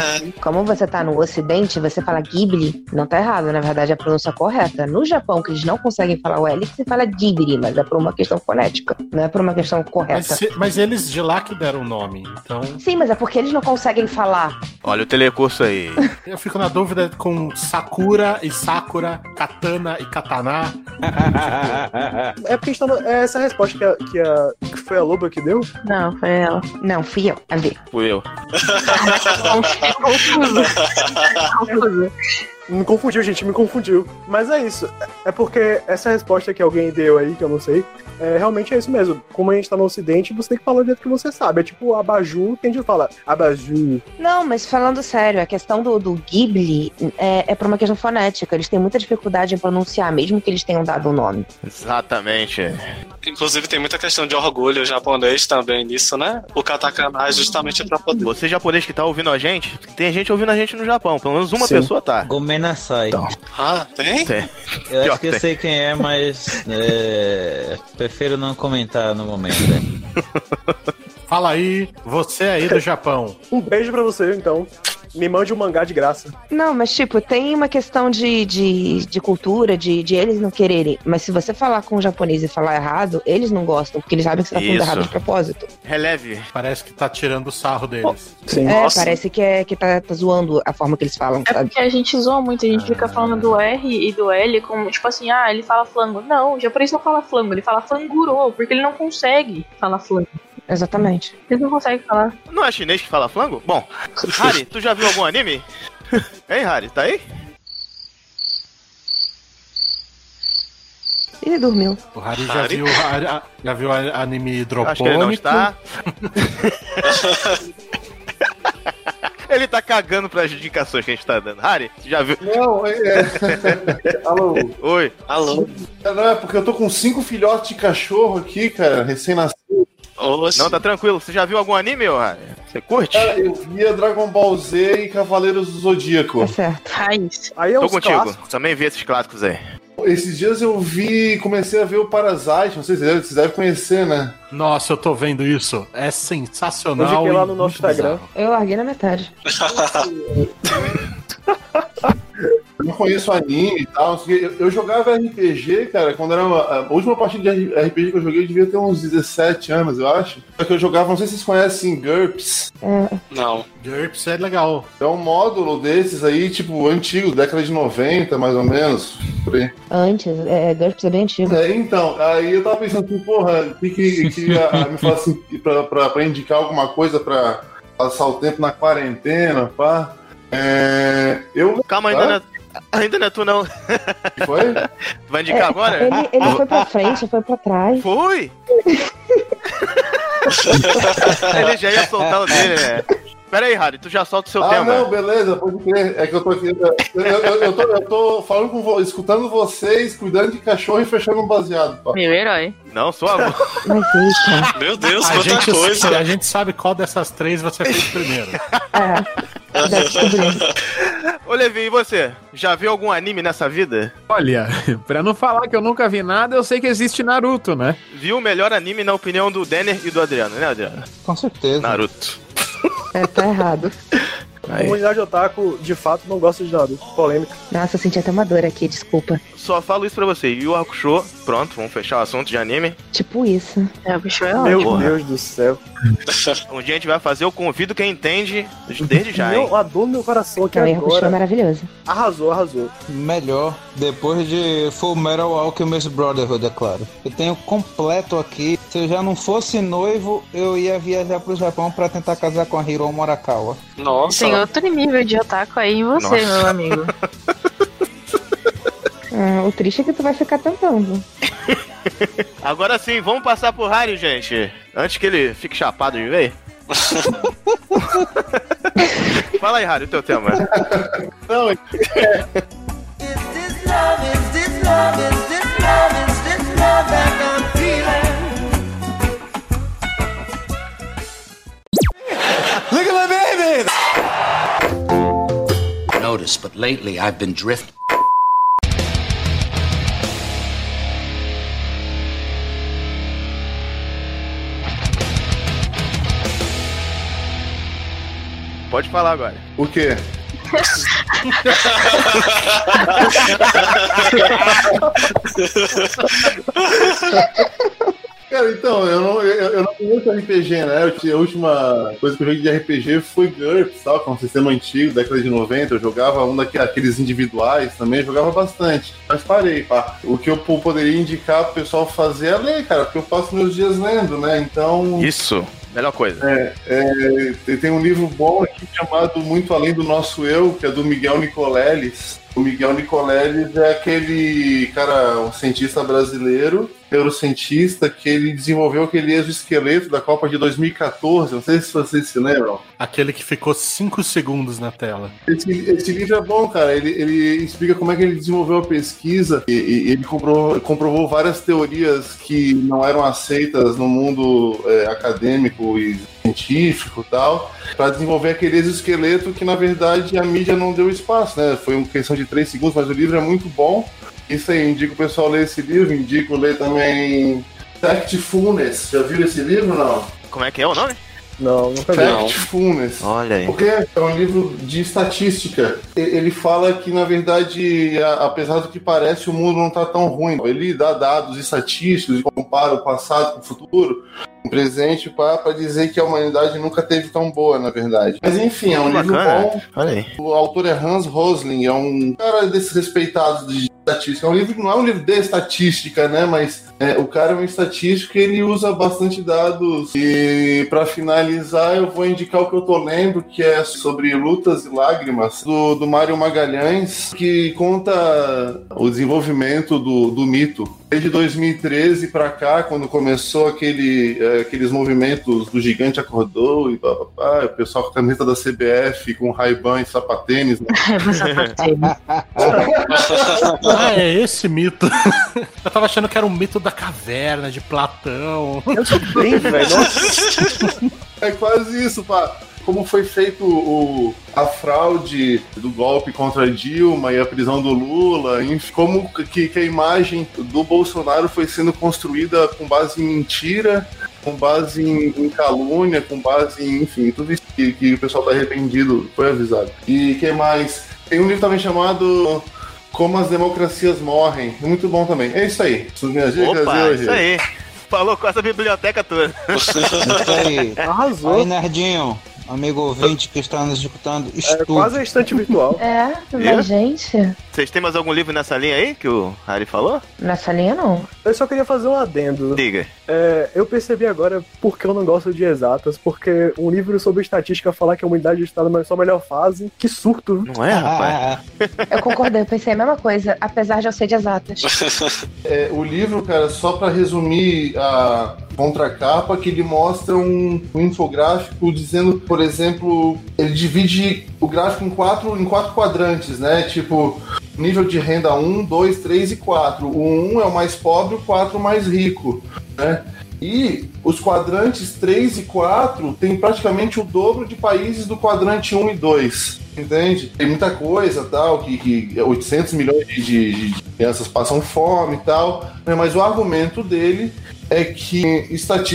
Como você tá no ocidente, você fala Ghibli, não tá errado, na verdade é a pronúncia correta. No Japão, que eles não conseguem falar o L, você fala Ghibli, mas é por uma questão fonética, não é por uma questão
Mas,
correta.
se- mas eles de lá que deram o nome, então.
Sim, mas é porque eles não conseguem falar.
Olha o telecurso aí.
Eu fico na dúvida com Sakura e Sakura, Katana e Katana.
É porque a gente tá no, é essa a resposta que, a, que, a, que foi a Loba que deu?
Não, foi ela.
Não, fui eu. A ver.
Fui eu.
Confuso. Confuso.
Me confundiu, gente, me confundiu. Mas é isso. É porque essa resposta que alguém deu aí, que eu não sei, é, realmente é isso mesmo. Como a gente tá no ocidente, você tem que falar do jeito que você sabe. É tipo abajur, que a gente fala abajur.
Não, mas falando sério, a questão do, do Ghibli é, é por uma questão fonética. Eles têm muita dificuldade em pronunciar, mesmo que eles tenham dado o nome.
Exatamente.
Inclusive, tem muita questão de orgulho japonês também nisso, né? O katakana é justamente pra poder.
Você japonês que tá ouvindo a gente, tem gente ouvindo a gente no Japão. Pelo menos uma
Sim.
pessoa tá.
Gomen China sai.
Ah, tem?
Eu
Pior
acho que eu
tem.
sei quem é, mas é, prefiro não comentar no momento. né?
Fala aí, você É aí do Japão.
Um beijo pra você, então. Me mande um mangá de graça.
Não, mas tipo, tem uma questão de, de, de cultura, de, de eles não quererem. Mas se você falar com o japonês e falar errado, eles não gostam, porque eles sabem que você tá falando
Isso.
errado de propósito.
Releve.
Parece que tá tirando sarro deles.
É, parece que, é, que tá, tá zoando a forma que eles falam,
É
sabe?
porque a gente zoa muito, a gente fica falando do R e do L como, tipo assim, ah, ele fala flango. Não, o japonês não fala flango, ele fala flangurô, porque ele não consegue falar flango.
Exatamente.
Ele não consegue falar.
Não é chinês que fala flango? Bom, Harry, tu já viu algum anime? Hein, Harry, tá aí?
Ele dormiu.
O Harry Ah, já
Harry?
viu, a- a- já viu a- anime hidropônico.
Acho que ele não está. Ele tá cagando pras indicações que a gente tá dando. Harry, tu já viu?
Não, é. é. Alô.
Oi.
Alô.
Não, é porque eu tô com cinco filhotes de cachorro aqui, cara, recém-nascido.
Não, tá tranquilo. Você já viu algum anime, ô Harry? Você curte?
Cara, eu via Dragon Ball Z e Cavaleiros do
Tá
Zodíaco.
É certo.
Raiz.
Aí é
Tô contigo. Também vi esses clássicos aí.
Esses dias eu vi, comecei a ver o Parasite, não sei se vocês devem- vocês devem conhecer, né?
Nossa, eu tô vendo isso. É sensacional.
Eu fiquei lá
e
no nosso
muito
Instagram.
bizarro.
Eu larguei na metade.
Eu não conheço anime e tal. não sei o quê. Eu, eu jogava RPG, cara, quando era. uma- a última partida de RPG que eu joguei eu devia ter uns 17 anos, eu acho. Só que eu jogava, não sei se vocês conhecem GURPS.
Não.
GURPS é legal.
É um módulo desses aí, tipo, antigo, década de 90, mais ou menos. Por aí.
Antes, é, GURPS é bem antigo.
É, então, aí eu tava pensando assim, porra, o que, que, que a, a- me fala assim, pra, pra, pra indicar alguma coisa pra passar o tempo na quarentena, pá. É, eu.
Calma, ainda não é, ainda não é tu, não.
Foi?
Vai indicar agora?
É, Ele, ele foi pra frente, foi pra trás.
Foi? Ele já ia soltar o dele, né? Pera aí, Harry, tu já solta o seu
ah,
tema.
não, beleza, pode crer. É que eu tô aqui. Eu, eu- eu tô, eu tô falando com vo- escutando vocês, cuidando de cachorro e fechando um baseado. Pá.
Meu herói.
Não, sua avó.
Mas eita.
Meu Deus,
a
quanta
gente,
coisa.
A gente sabe qual dessas três você fez primeiro.
É,
tá
Ô, Levi, e você? Já viu algum anime nessa vida?
Olha, pra não falar que eu nunca vi nada, eu sei que existe Naruto, né?
Viu o melhor anime na opinião do Denner e do Adriano, né, Adriano?
Com certeza.
Naruto.
É, tá errado.
A comunidade otaku, de fato, não gosta de nada. Polêmica.
Nossa, eu senti até uma dor aqui, desculpa.
Só falo isso pra você. Yu Hakusho, pronto, vamos fechar o assunto de anime.
Tipo isso.
É, o bicho é
Ah,
Meu
Porra.
Deus do céu.
Um dia a gente vai fazer, eu convido quem entende desde já, hein?
Meu, a dor no meu coração aqui
Então, erro puxou é
agora.
maravilhoso.
Arrasou, arrasou.
Melhor, depois de Full Metal Alchemist Brotherhood, é claro. Eu tenho completo aqui. Se eu já não fosse noivo, eu ia viajar pro Japão pra tentar casar com a Hiro Morakawa.
Nossa.
Tem outro nível de otaku aí em você,
Nossa.
meu amigo.
Ah, o triste é que tu vai ficar tentando.
Agora sim, vamos passar pro Harry, gente. Antes que ele fique chapado de vez. Fala aí, Harry, o teu tema.
Não, é
Love is this love, is this love, is this love that I'm feeling?
Look at my baby! Notice, but lately I've been drifting.
Pode falar agora.
o quê? Cara, então, eu não, eu, eu não conheço RPG, né? Eu ti- A última coisa que eu joguei de RPG foi GURPS, tal, que é um sistema antigo, década de 90. Eu jogava um daqueles individuais também, eu jogava bastante. Mas parei, pá. O que eu po- poderia indicar pro pessoal fazer é ler, cara, porque eu passo meus dias lendo, né? Então.
Isso, melhor coisa.
É, é, tem- tem um livro bom aqui chamado Muito Além do Nosso Eu, que é do Miguel Nicoleles. O Miguel Nicoleles é aquele cara, um cientista brasileiro, neurocientista, que ele desenvolveu aquele exoesqueleto da Copa de 2014. Não sei se vocês se lembram.
Aquele que ficou 5 segundos na tela.
Esse, esse livro é bom, cara. Ele, ele explica como é que ele desenvolveu a pesquisa e, e ele comprovou, comprovou várias teorias que não eram aceitas no mundo é, acadêmico e científico e tal, para desenvolver aquele exoesqueleto que, na verdade, a mídia não deu espaço, né? Foi uma questão de três segundos, mas o livro é muito bom. Isso aí, indico o pessoal ler esse livro, indico ler também Tactfulness. Já viu esse livro, não?
Como é que é o nome?
Não, nunca
vi. Não.
Factfulness.
Olha aí.
Porque é um livro de estatística. E- Ele fala que, na verdade, a- apesar do que parece, o mundo não está tão ruim. Ele dá dados estatísticos e compara o passado com o futuro, o presente, para dizer que a humanidade nunca teve tão boa, na verdade. Mas, enfim, é um livro
Bacana.
bom.
Olha aí.
O autor é Hans Rosling, é um cara desses respeitados de estatística. É um livro, não é um livro de estatística, né? Mas é, o cara é um estatístico e ele usa bastante dados. E para finalizar, eu vou indicar o que eu tô lendo, que é sobre Lutas e Lágrimas, do, do Mário Magalhães, que conta o desenvolvimento do, do mito. Desde 2013 para cá, quando começou aquele, eh, aqueles movimentos do gigante acordou e blá, blá, blá, o pessoal com a camisa da CBF, com Ray-Ban e sapatênis. Né? É
ah, é esse mito. Eu tava achando que era um mito da caverna, de Platão.
Eu também, velho. É quase isso, pá. Como foi feito o, a fraude do golpe contra Dilma e a prisão do Lula, enfim, como que, que a imagem do Bolsonaro foi sendo construída com base em mentira, com base em, em calúnia, com base em, enfim, tudo isso que, que o pessoal tá arrependido, foi avisado. E que mais? Tem um livro também chamado Como as Democracias Morrem, muito bom também. É isso aí. São minhas dicas de
Opa,
hoje.
isso aí. Falou com essa biblioteca toda.
Isso aí. Arrasou. Então, Aí, Nerdinho, amigo ouvinte que está nos escutando,
É,
estude.
É, quase a estante virtual.
É,
Eu?
mas gente,
Vocês têm mais algum livro nessa linha aí que o Harry falou?
nessa linha não.
Eu só queria fazer um adendo.
Diga.
É, eu percebi agora porque eu não gosto de exatas, porque um livro sobre estatística falar que a humanidade está na sua melhor fase, que surto.
Não é, rapaz?
Eu concordei, eu pensei a mesma coisa, apesar de eu ser de exatas.
É, o livro, cara, só pra resumir a contracapa, que ele mostra um, um infográfico dizendo, por exemplo, ele divide o gráfico em quatro, em quatro quadrantes, né? Tipo, nível de renda 1, 2, 3 e 4. O 1 é o mais pobre, o 4 o mais rico, né? E os quadrantes 3 e 4 tem praticamente o dobro de países do quadrante 1 e 2. Entende? Tem muita coisa tal, que, que 800 milhões de, de- de crianças passam fome e tal, né? mas o argumento dele é que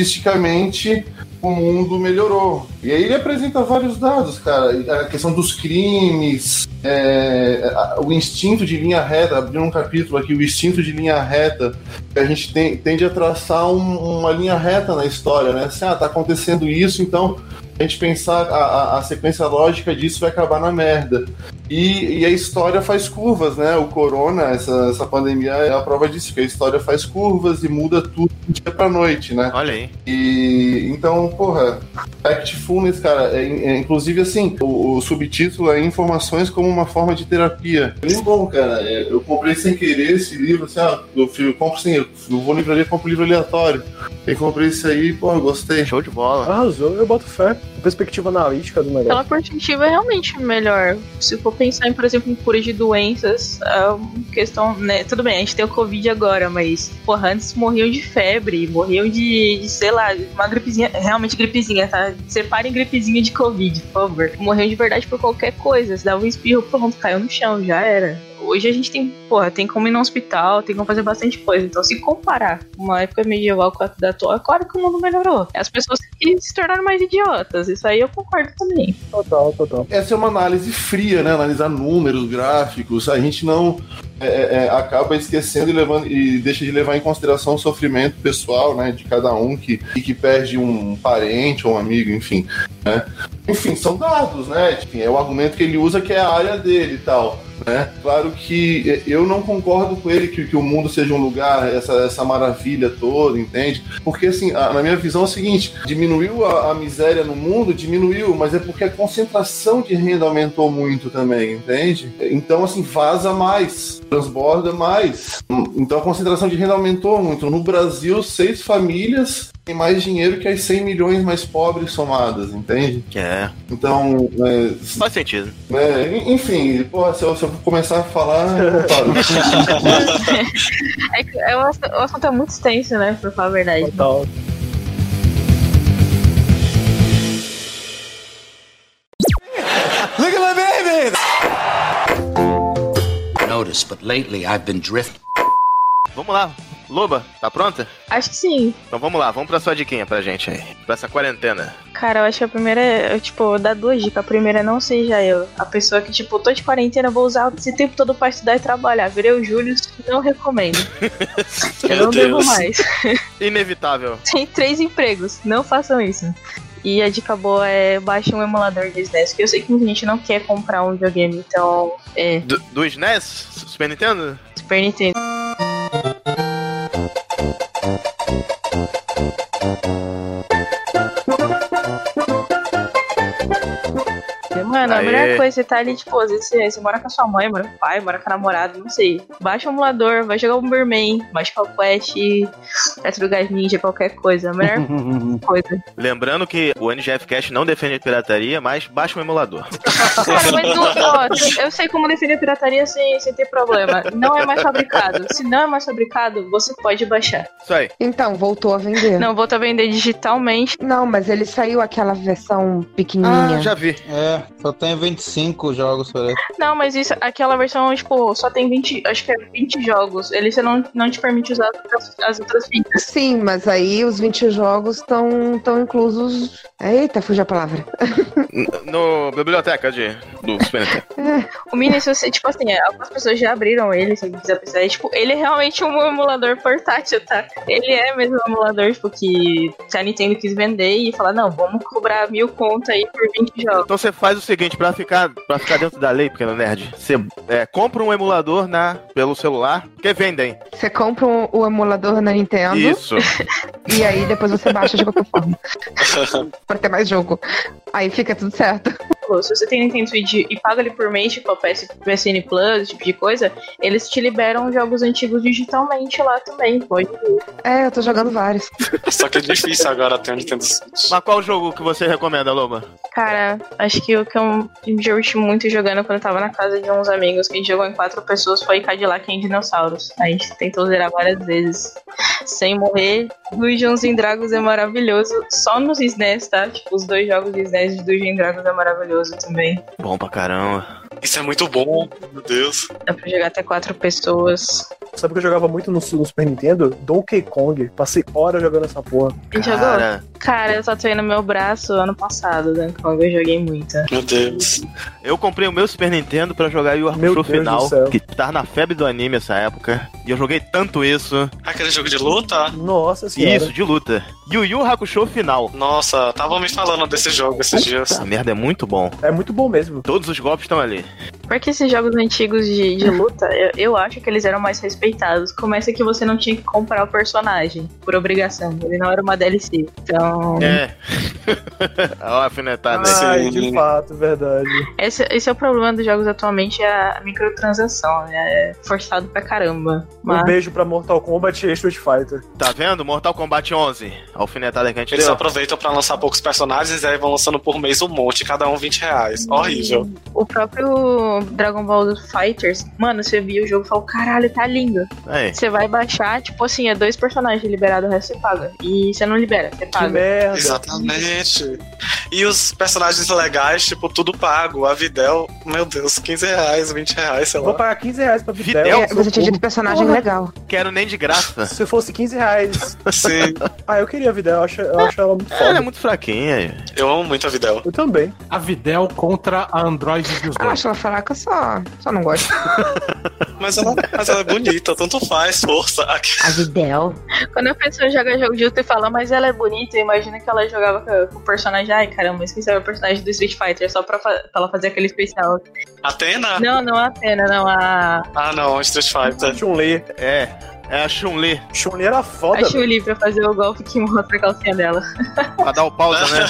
estatisticamente o mundo melhorou. E aí ele apresenta vários dados, cara. A questão dos crimes, é, a- o instinto de linha reta, abrindo um capítulo aqui, o instinto de linha reta, que a gente tem- tende a traçar um- uma linha reta na história, né? Assim, ah, tá acontecendo isso, então a gente pensar a, a- a sequência lógica disso vai acabar na merda. E, e a história faz curvas, né? O corona, essa, essa pandemia é a prova disso, que a história faz curvas e muda tudo de dia pra noite, né?
ah. Olha aí.
E então, porra, Factfulness, cara, é, é- inclusive assim, o, o subtítulo é Informações como uma forma de terapia. É bem bom, cara. É, eu comprei sem querer esse livro, assim, ah, eu, fui- eu compro sem, eu vou na livraria, compro um livro aleatório. Eu comprei esse aí, porra, gostei.
Show de bola.
Arrasou, eu boto fé. Perspectiva analítica do negócio.
Pela perspectiva é realmente melhor. Se for pensar em, por exemplo, em cura de doenças, a questão, né? Tudo bem, a gente tem o Covid agora, mas, porra, antes morriam de febre, morriam de, de, sei lá, uma gripezinha, realmente gripezinha, tá? Separem gripezinha de Covid, por favor. Morriam de verdade por qualquer coisa. Se dava um espirro, pronto, caiu no chão, já era. Hoje a gente tem, porra, tem como ir no hospital, tem como fazer bastante coisa. Então, se comparar uma época medieval com a da atual, é claro que o mundo melhorou. As pessoas que se tornaram mais idiotas, isso aí eu concordo também.
Total, total.
Essa é uma análise fria, né? Analisar números, gráficos. A gente não é, é, acaba esquecendo e, levando, e deixa de levar em consideração o sofrimento pessoal, né? De cada um que, e que perde um parente ou um amigo, enfim. né? Enfim, são dados, né? Enfim, é o argumento que ele usa que é a área dele e tal. Né? Claro que eu não concordo com ele que, que o mundo seja um lugar, essa, essa maravilha toda, entende? Porque, assim, a- na minha visão é o seguinte: diminuiu a, a miséria no mundo, diminuiu, mas é porque a concentração de renda aumentou muito também, entende? Então, assim, vaza mais, transborda mais. Então, a concentração de renda aumentou muito. No Brasil, seis famílias tem mais dinheiro que as 100 milhões mais pobres somadas, entende?
É.
Então, é,
Faz sentido.
né, en- enfim, porra, se eu, se eu começar a falar, eu paro.
É que é um ass- o assunto é muito extenso, né? Pra falar a verdade.
Look at my baby! Notice, but lately I've been drifting.
Vamos lá. Loba, tá pronta?
Acho que sim.
Então vamos lá, vamos pra sua diquinha pra gente aí. Pra essa quarentena.
Cara, eu acho que a primeira. é, Tipo, dá duas dicas. A primeira é não seja eu. A pessoa que, tipo, tô de quarentena, vou usar esse tempo todo pra estudar e trabalhar. Virei o Júlio, não recomendo. Eu não devo mais.
Inevitável.
Tem três empregos, não façam isso. E a dica boa é baixe um emulador de SNES, que eu sei que muita gente não quer comprar um videogame, então é
Do, do SNES? Super Nintendo?
Super Nintendo. Mano, a
Aê.
melhor coisa, você tá ali, tipo, às vezes você, você mora com a sua mãe, mora com o pai, mora com a namorada, não sei. Baixa um emulador, vai jogar um Burman, baixa o Quest, Tartarugas Ninja, qualquer coisa. A melhor coisa.
Lembrando que o NGF Cash não defende a pirataria, mas baixa um emulador.
Cara, mas não, ó, eu sei como defender a pirataria sem, sem ter problema. Não é mais fabricado. Se não é mais fabricado, você pode baixar.
Isso aí.
Então, voltou a vender.
Não, voltou a vender digitalmente.
Não, mas ele saiu aquela versão pequenininha.
Ah,
já vi.
É, só tem 25 jogos por aí.
Não, mas isso, aquela versão, tipo, só tem 20, acho que é 20 jogos. Ele você não, não te permite usar as outras- as outras fitas.
Sim, mas aí os 20 jogos estão tão inclusos. Eita, fugiu a palavra.
No biblioteca de, do Super Nintendo.
O Mini, se você, tipo assim, algumas pessoas já abriram ele, se você quiser pensar, é, tipo, ele é realmente um emulador portátil, tá? Ele é mesmo um emulador, tipo, que se a Nintendo quis vender e falar, não, vamos cobrar Tá mil conto aí por 20 jogos.
Então você faz o seguinte, pra ficar, pra ficar dentro da lei, pequeno nerd, você é, compra um emulador na, pelo celular, porque vendem.
Você compra um- o emulador na Nintendo
Isso.
e aí depois você baixa de qualquer forma pra ter mais jogo. Aí fica tudo certo.
Pô, tipo, Se você tem Nintendo Switch e paga ele por mês, tipo a PS, PSN Plus, esse tipo de coisa, eles te liberam jogos antigos digitalmente lá também, pode ver.
É, eu tô jogando vários.
Só que é difícil agora ter o Nintendo Switch.
Mas qual jogo que você recomenda, Loba?
Cara, acho que o que eu me diverti muito jogando quando eu tava na casa de uns amigos, que a gente jogou em quatro pessoas, foi Cadillac em Dinossauros. A gente tentou zerar várias vezes, sem morrer. Dungeons and Dragons é maravilhoso, só nos SNES, tá? Tipo, os dois jogos de SNES de Dungeons and Dragons é maravilhoso também.
Bom pra caramba.
Isso é muito bom, meu Deus.
Dá pra jogar até quatro pessoas.
Sabe que eu jogava muito no, Su- no Super Nintendo? Donkey Kong. Passei horas jogando essa porra.
A gente jogou? Cara, eu tatuei no meu braço ano passado, Dan Kong, eu joguei muito.
Meu Deus.
Eu comprei o meu Super Nintendo pra jogar Yu
Meu
Hakusho
Deus do
Final,
céu.
que tava na febre do anime essa época. E eu joguei tanto isso.
Aquele jogo de luta?
Nossa
Isso, de luta. Yu Yu Hakusho Final.
Nossa, tava me falando desse jogo esses dias.
Essa merda é muito bom.
Tá. É muito bom mesmo.
Todos os golpes estão ali.
Porque esses jogos antigos de, de luta, eu, eu acho que eles eram mais respeitados. Começa que você não tinha que comprar o personagem, por obrigação. Ele não era uma DLC. Então.
É. Ó, né? a alfinetada
Hum. Ai,
aí.
de fato, verdade.
Esse, esse é o problema dos jogos atualmente, é a microtransação, né? É forçado pra caramba.
Um
Mas-
beijo pra Mortal Kombat e Street Fighter.
Tá vendo? Mortal Kombat 11. A alfinetada que a gente
Eles
deu.
aproveitam pra lançar poucos personagens e aí vão lançando por mês um monte, cada um 20 reais. Horrível.
O próprio Dragon Ball Fighters, mano, você viu o jogo e falou, caralho, tá lindo.
Aí.
Você vai baixar, tipo assim, é dois personagens liberados, o resto você paga. E você não libera, você paga.
merda.
Exatamente. E os personagens legais, tipo, tudo pago. A Videl, meu Deus, 15 reais, 20 reais, sei
Vou
lá.
pagar 15 reais pra
Fidel?
Videl.
É, você tinha dito
personagem legal.
Quero nem de graça.
Se fosse 15 reais.
Sim.
Ah, eu queria a Videl, eu acho, eu acho ela muito foda.
Ela é muito fraquinha.
Eu amo muito a Videl.
Eu também.
A Videl contra a Android e os
Eu
dois.
acho ela fraca, só, só não gosto.
Mas ela, mas ela é bonita, tanto faz, força.
A Videl.
Quando a pessoa joga jogo de luta e fala, mas ela é bonita, eu imagino que ela jogava com- com o personagem. Ai, caramba, esqueci o personagem do Street Fighter É só pra, fa- pra ela fazer aquele especial.
Atena?
Não, não é a Atena, não. A,
Ah, não, Street Fighter.
Chun-Li.
É. É a Chun-Li.
Chun-Li era
a
foda.
Chun-Li pra fazer o golpe que mostra a calcinha dela.
Pra dar o pausa, né?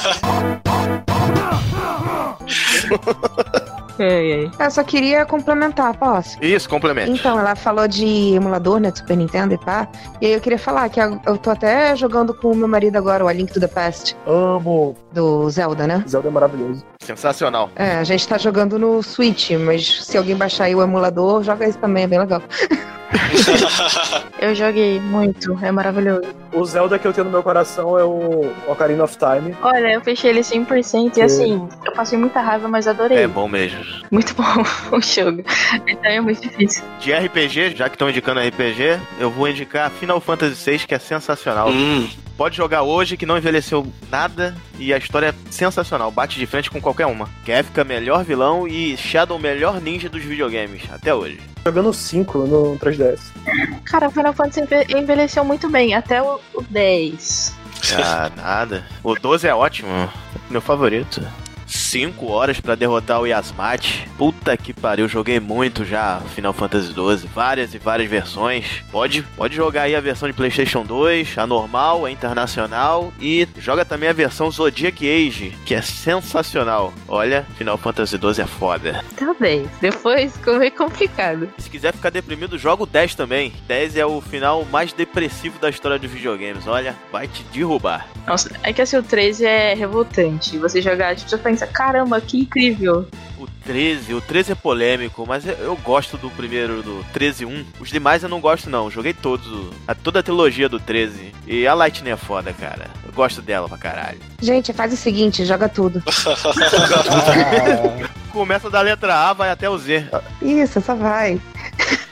Eu só queria complementar, posso?
Isso, complemento.
Então, ela falou de emulador, né, de Super Nintendo e pá. E aí eu queria falar que eu eu tô até jogando com o meu marido agora o A Link to the Past.
Amo.
Do Zelda, né?
Zelda é maravilhoso.
Sensacional.
É, a gente tá jogando no Switch, mas se alguém baixar aí o emulador, joga isso também, é bem legal.
Eu joguei muito, é maravilhoso.
O Zelda que eu tenho no meu coração é o Ocarina of Time.
Olha, eu fechei ele 100% e assim, eu passei muita raiva, mas adorei.
É bom mesmo.
Muito bom o jogo. Então é muito difícil.
De RPG, já que estão indicando RPG, eu vou indicar Final Fantasy VI, que é sensacional. Pode jogar hoje, que não envelheceu nada, e a história é sensacional. Bate de frente com qualquer uma. Kefka, melhor vilão, e Shadow, melhor ninja dos videogames, até hoje.
Jogando 5 no 3DS.
Cara, o Final Fantasy enve- envelheceu muito bem, até o, o 10.
Ah, nada. O 12 é ótimo. Meu favorito. 5 horas pra derrotar o Yasmat. Puta que pariu, joguei muito já Final Fantasy 12, várias e várias versões. Pode, pode jogar aí a versão de PlayStation 2, a normal, a internacional e joga também a versão Zodiac Age, que é sensacional. Olha, Final Fantasy 12 é foda.
Tá bem. Depois ficou meio complicado.
Se quiser ficar deprimido, joga o 10 também. 10 é o final mais depressivo da história dos videogames. Olha, vai te derrubar.
Nossa, é que assim, o 13 é revoltante. Você jogar, tipo, você pensa, caramba, que incrível.
O 13, o 13 é polêmico, mas eu, eu gosto do primeiro, do 13-1. Os demais eu não gosto, não. Joguei todos, o- a, toda a trilogia do 13. E a Lightning é foda, cara. Eu gosto dela pra caralho.
Gente, faz o seguinte, joga tudo.
Começa da letra A, vai até o Z.
Isso, só vai.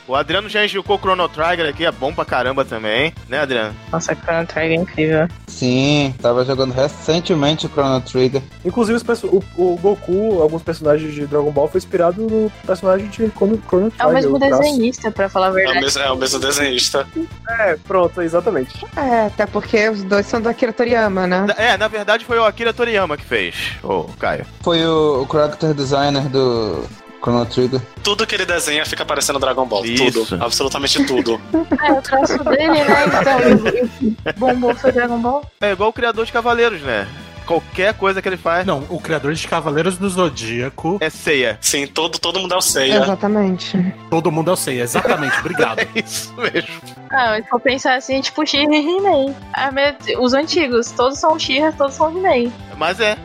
O Adriano já indicou o Chrono Trigger aqui, é bom pra caramba também, né, Adriano?
Nossa, Chrono Trigger é incrível.
Sim, tava jogando recentemente o Chrono Trigger.
Inclusive, os perso- o, o Goku, alguns personagens de Dragon Ball, foi inspirado no personagem de Chrono Chrono Trigger.
É o mesmo
traço.
desenhista, pra falar a
É o
verdade.
mesmo, é o mesmo desenhista.
É, pronto, exatamente.
É, até porque os dois são do Akira Toriyama, né?
É, na verdade foi o Akira Toriyama que fez. Ô, Caio.
Foi o, o character designer do Chrono Trigger.
Tudo que ele desenha fica parecendo Dragon Ball. Tudo. Absolutamente tudo.
É, o traço dele, né? Então, bombou foi Dragon Ball.
É igual o criador de Cavaleiros, né? Qualquer coisa que ele faz.
Não, o criador de Cavaleiros do Zodíaco.
É ceia.
Sim, todo, todo mundo é o Seiya.
Exatamente.
Todo mundo é o ceia, exatamente, obrigado.
É
Isso mesmo.
Ah, eu vou pensar assim, tipo, She-Ra e He-Man. Ah, meu Deus, Os antigos, todos são She-Ra, todos são He-Man.
Mas é.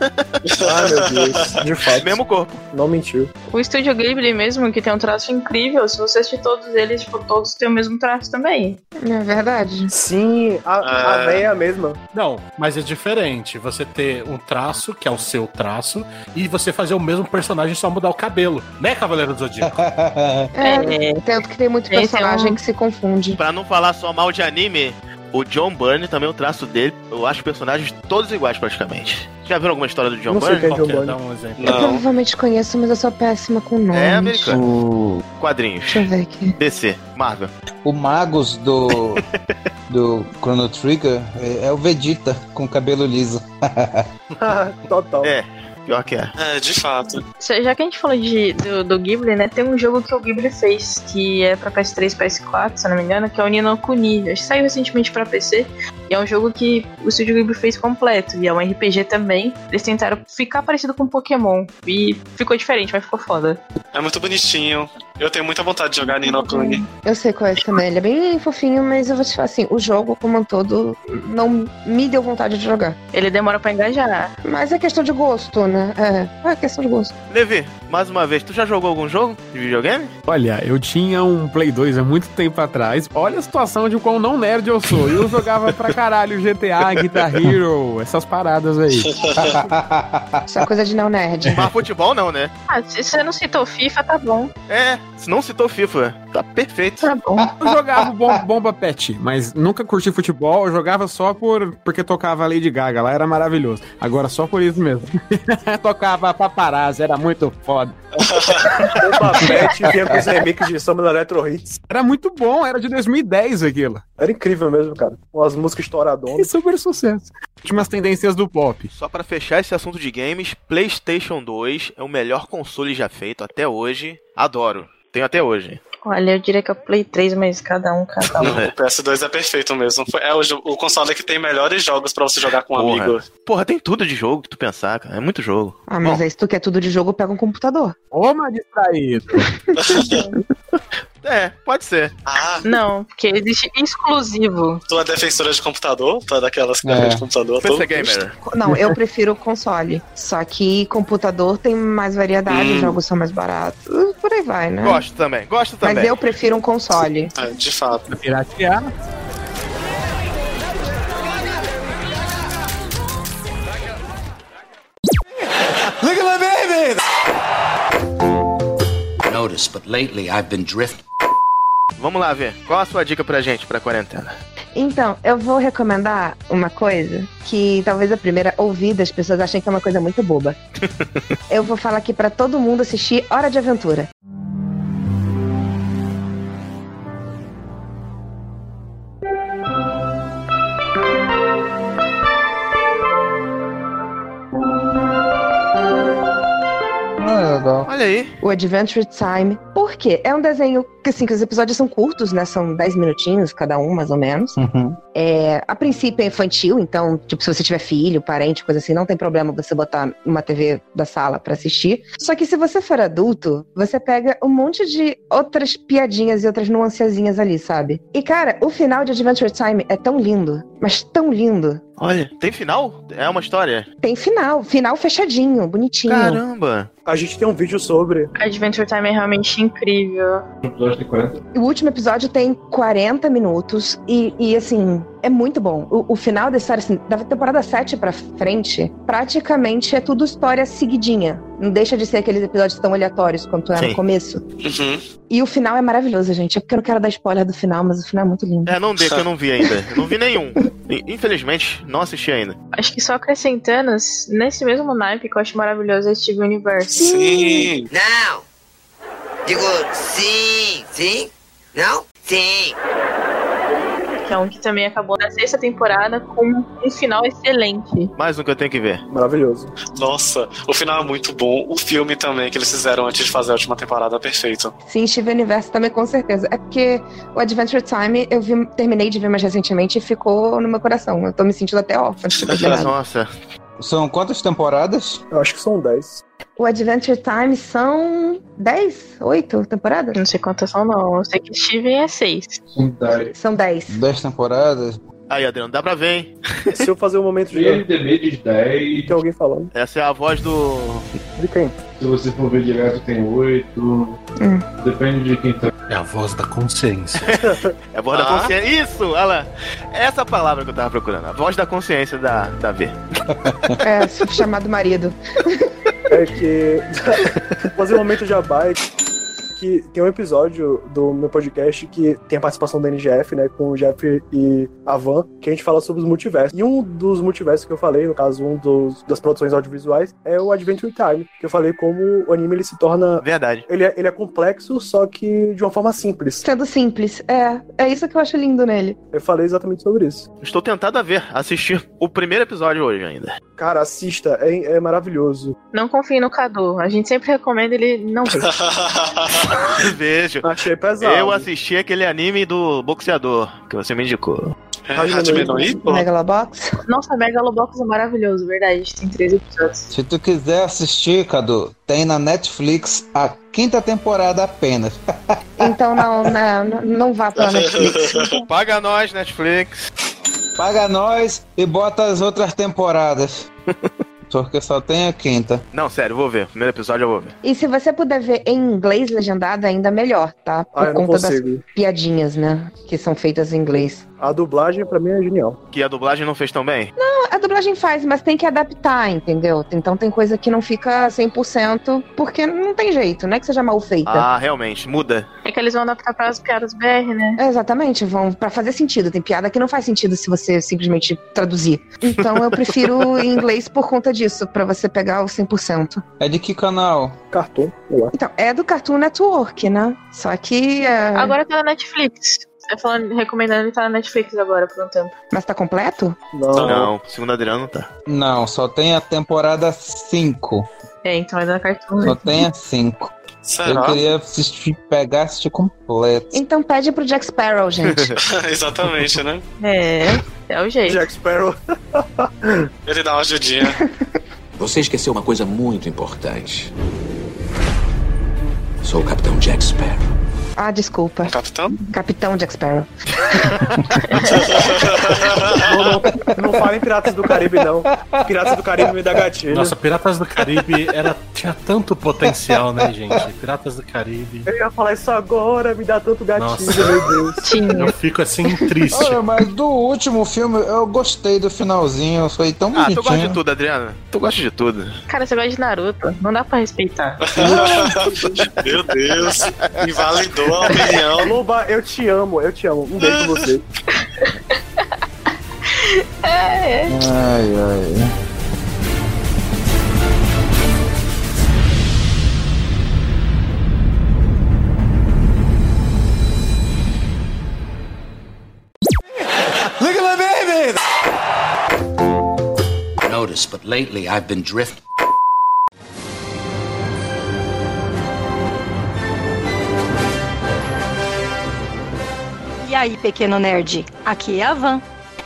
Ah, meu Deus. De fato.
Mesmo corpo.
Não mentiu.
O Estúdio Ghibli mesmo, que tem um traço incrível, se você assistir todos eles, tipo, todos têm o mesmo traço também.
É verdade.
Sim, a, a
Ah.
véia é a mesma.
Não, mas é diferente você ter um traço, que é o seu traço, e você fazer o mesmo personagem só mudar o cabelo. Né, Cavaleiro do Zodíaco?
É, tanto que tem muito
Esse é
personagem
um-
que se confunde.
Pra não falar só mal de anime, o John Byrne também, é o traço dele, eu acho os personagens todos iguais praticamente. Já viram alguma história do John
Não sei
Byrne?
quem é John
Quer
Byrne.
dar um exemplo?
Eu
Não.
provavelmente conheço, mas eu sou péssima com nomes.
É americano.
O,
Quadrinhos.
Deixa eu ver aqui.
DC, Marvel.
o Magus do, do Chrono Trigger é, é o Vegeta com cabelo liso.
Total.
É, pior que é.
É, de fato.
Se- Já que a gente falou de, do, do Ghibli, né, tem um jogo que o Ghibli fez, que é pra PS3 e PS4, se eu não me engano, que é o Nino Kuni. Acho que saiu recentemente pra PC, e é um jogo que o Estúdio Ghibli fez completo, e é um RPG também. Eles tentaram ficar parecido com Pokémon, e ficou diferente, mas ficou foda.
É muito bonitinho. Eu tenho muita vontade de jogar Nino Kuni.
Eu sei qual é esse também. Ele é bem fofinho, mas eu vou te falar assim, o jogo como um todo não me deu vontade de jogar.
Ele demora pra engajar.
Mas é questão de gosto, né? É, é questão de gosto.
Levi, mais uma vez, tu já jogou algum jogo de videogame?
Olha, eu tinha um Play 2 há muito tempo atrás. Olha a situação de quão não nerd eu sou. Eu jogava pra caralho GTA, Guitar Hero, essas paradas aí.
Isso é coisa de não nerd.
Mas futebol não, né?
Ah, se você não citou FIFA, tá bom.
É, se não citou FIFA, tá perfeito.
Tá bom.
Eu jogava bom- bomba pet, mas nunca curti futebol. Eu jogava só por porque tocava Lady Gaga, lá era maravilhoso. Agora só por isso mesmo. tocava paparazzi, era muito foda.
Bomba Pet vinha com os remixes de samba da Electro Hits.
Era muito bom, era de 2010 aquilo.
Era incrível mesmo, cara. Com as músicas
E
estouradonas.
super sucesso. Tinha umas tendências do pop.
Só pra fechar esse assunto de games, PlayStation 2 é o melhor console já feito até hoje. Adoro. Tenho até hoje.
Olha, eu diria que é o Play 3, mas cada um,
Tá
cada um.
O PS2 é perfeito mesmo. Foi- É o, jo- o console que tem melhores jogos pra você jogar com um
Porra.
amigo.
Porra, tem tudo de jogo que tu pensar, cara. É muito jogo.
Ah, mas aí se tu quer tudo de jogo, pega um computador.
Toma distraído.
É, pode ser.
Ah,
Não, porque existe exclusivo.
tu é defensora de computador? Tu é daquelas que defende de computador? a
PC
todo
gamer.
custo?
Não, eu prefiro console. Só que computador tem mais variedade,
Hum.
jogos são mais baratos. uh, Por aí vai, né?
Gosto também, gosto
Mas
também.
eu prefiro um console.
É, de fato.
Piratear.
Look at my baby! Notice, but lately I've been drifting.
Vamos lá ver. Qual a sua dica pra gente pra quarentena?
Então, eu vou recomendar uma coisa que talvez a primeira ouvida as pessoas achem que é uma coisa muito boba. eu vou falar aqui pra todo mundo assistir Hora de Aventura.
Olha aí.
O Adventure Time. Por quê? É um desenho que, assim, que os episódios são curtos, né? São 10 minutinhos cada um, mais ou menos. É, a princípio é infantil, então, tipo, se você tiver filho, parente, coisa assim, não tem problema você botar uma TV da sala pra assistir. Só que se você for adulto, você pega um monte de outras piadinhas e outras nuancezinhas ali, sabe? E, cara, o final de Adventure Time é tão lindo, mas tão lindo.
Olha, tem final? É uma história?
Tem final, final fechadinho, bonitinho.
Caramba.
A gente tem um vídeo sobre.
Adventure Time é realmente incrível.
O último episódio tem 40 minutos e, e, assim, é muito bom. O, o final da história, assim, da temporada 7 pra frente, praticamente é tudo história seguidinha. Não deixa de ser aqueles episódios tão aleatórios quanto era
Sim.
no começo.
Uhum.
E o final é maravilhoso, gente. É porque eu não quero dar spoiler do final, mas o final é muito lindo.
É, não dê que eu não vi ainda. Eu não vi nenhum. I- Infelizmente, não assisti ainda.
Acho que só acrescentando, nesse mesmo naipe que eu acho maravilhoso é Steve Universe.
Sim.
Não! Digo sim! Sim? Não? Sim!
Que é um que também acabou na sexta temporada com um final excelente.
Mais um que eu tenho que ver.
Maravilhoso.
Nossa, o final é muito bom. O filme também que eles fizeram antes de fazer a última temporada é perfeito.
Sim, Steven Universe também, com certeza. É porque o Adventure Time eu vi- terminei de ver mais recentemente e ficou no meu coração. Eu tô me sentindo até órfã. de ter terminado.
Nossa.
São quantas temporadas?
Eu acho que são 10.
O Adventure Time são 10, 8 temporadas?
Não sei quantas são, não. Eu sei que Steven é seis.
São 10.
São 10.
temporadas?
Aí, Adriano, dá pra ver, hein?
Se eu fazer um momento de.
de 10.
Tem alguém falando.
Essa é a voz do.
De quem?
Se você for ver direto, tem 8. Depende de quem tá.
É a voz da consciência.
É a voz da
Ah.
consciência. Isso, olha lá. Essa é a palavra que eu tava procurando. A voz da consciência da, da V.
É, chamado marido.
É que. Fazer um momento de abai. Que tem um episódio do meu podcast que tem a participação da NGF, né? Com o Jeff e a Van, que a gente fala sobre os multiversos. E um dos multiversos que eu falei, no caso, um dos, das produções audiovisuais, é o Adventure Time, que eu falei como o anime ele se torna.
Verdade.
Ele é, ele é complexo, só que de uma forma simples.
Sendo simples, é. É isso que eu acho lindo nele.
Eu falei exatamente sobre isso.
Estou tentado a ver, assistir o primeiro episódio hoje ainda.
Cara, assista, é, é maravilhoso.
Não confie no Cadu. A gente sempre recomenda ele não ver.
Vejo.
Achei pesado.
Eu assisti aquele anime do boxeador que você me indicou.
É, Hajime no Ippo?
Megalobox.
Nossa, Megalobox é maravilhoso, verdade. Tem três episódios.
Se tu quiser assistir, Cadu, tem na Netflix a quinta temporada apenas.
Então não, não, não vá pra Netflix.
Paga nós, Netflix.
Paga nós e bota as outras temporadas. Porque só tem a quinta.
Não, sério, vou ver. Primeiro episódio eu vou ver.
E se você puder ver em inglês legendado, ainda melhor, tá? Por
Ah, eu não
conta das
consigo.
piadinhas, né? Que são feitas em inglês.
A dublagem pra mim é genial.
Que a dublagem não fez tão bem?
A dublagem faz, mas tem que adaptar, entendeu? Então tem coisa que não fica 100%, porque não tem jeito, não é que seja mal feita.
Ah, realmente, muda.
É que eles vão adaptar para as piadas BR, né?
É, Exatamente, vão para fazer sentido. Tem piada que não faz sentido se você simplesmente traduzir. Então eu prefiro em inglês por conta disso, pra você pegar o 100%.
É de que canal?
Cartoon, sei lá.
Então, é do Cartoon Network, né? Só que. é,
Agora tá na Netflix. Você falando, recomendando ele tá na Netflix agora por um tempo.
Mas tá completo?
Não.
Não, segundo Adriano não tá.
Não, só tem a temporada 5.
É, então é da Cartoon.
Só
Network.
tem a 5. Eu queria assistir, pegar e assistir completo.
Então pede pro Jack Sparrow, gente.
Exatamente, né?
É, é o jeito.
Jack Sparrow.
Ele dá uma ajudinha.
Você esqueceu uma coisa muito importante. Sou o Capitão Jack Sparrow.
Ah, desculpa.
Capitão?
Capitão Jack Sparrow.
Não falem Piratas do Caribe, não. Piratas do Caribe me dá gatilho.
Nossa, Piratas do Caribe era, tinha tanto potencial, né, gente? Piratas do Caribe.
Eu ia falar isso agora, me dá tanto gatilho,
Nossa.
meu Deus.
Eu fico assim triste.
Olha, mas do último filme eu gostei do finalzinho, foi tão
Ah, tu
bonitinho.
gosta de tudo, Adriana. Tu gosta de tudo.
Cara, você gosta de Naruto. Não dá pra respeitar.
Meu Deus. Invalidou a opinião.
Loba, eu te amo, eu te amo. Um beijo pra você.
É, é.
Ai, ai.
Look at my baby! Notice, but lately I've been drift.
E aí, pequeno nerd? Aqui é a Van.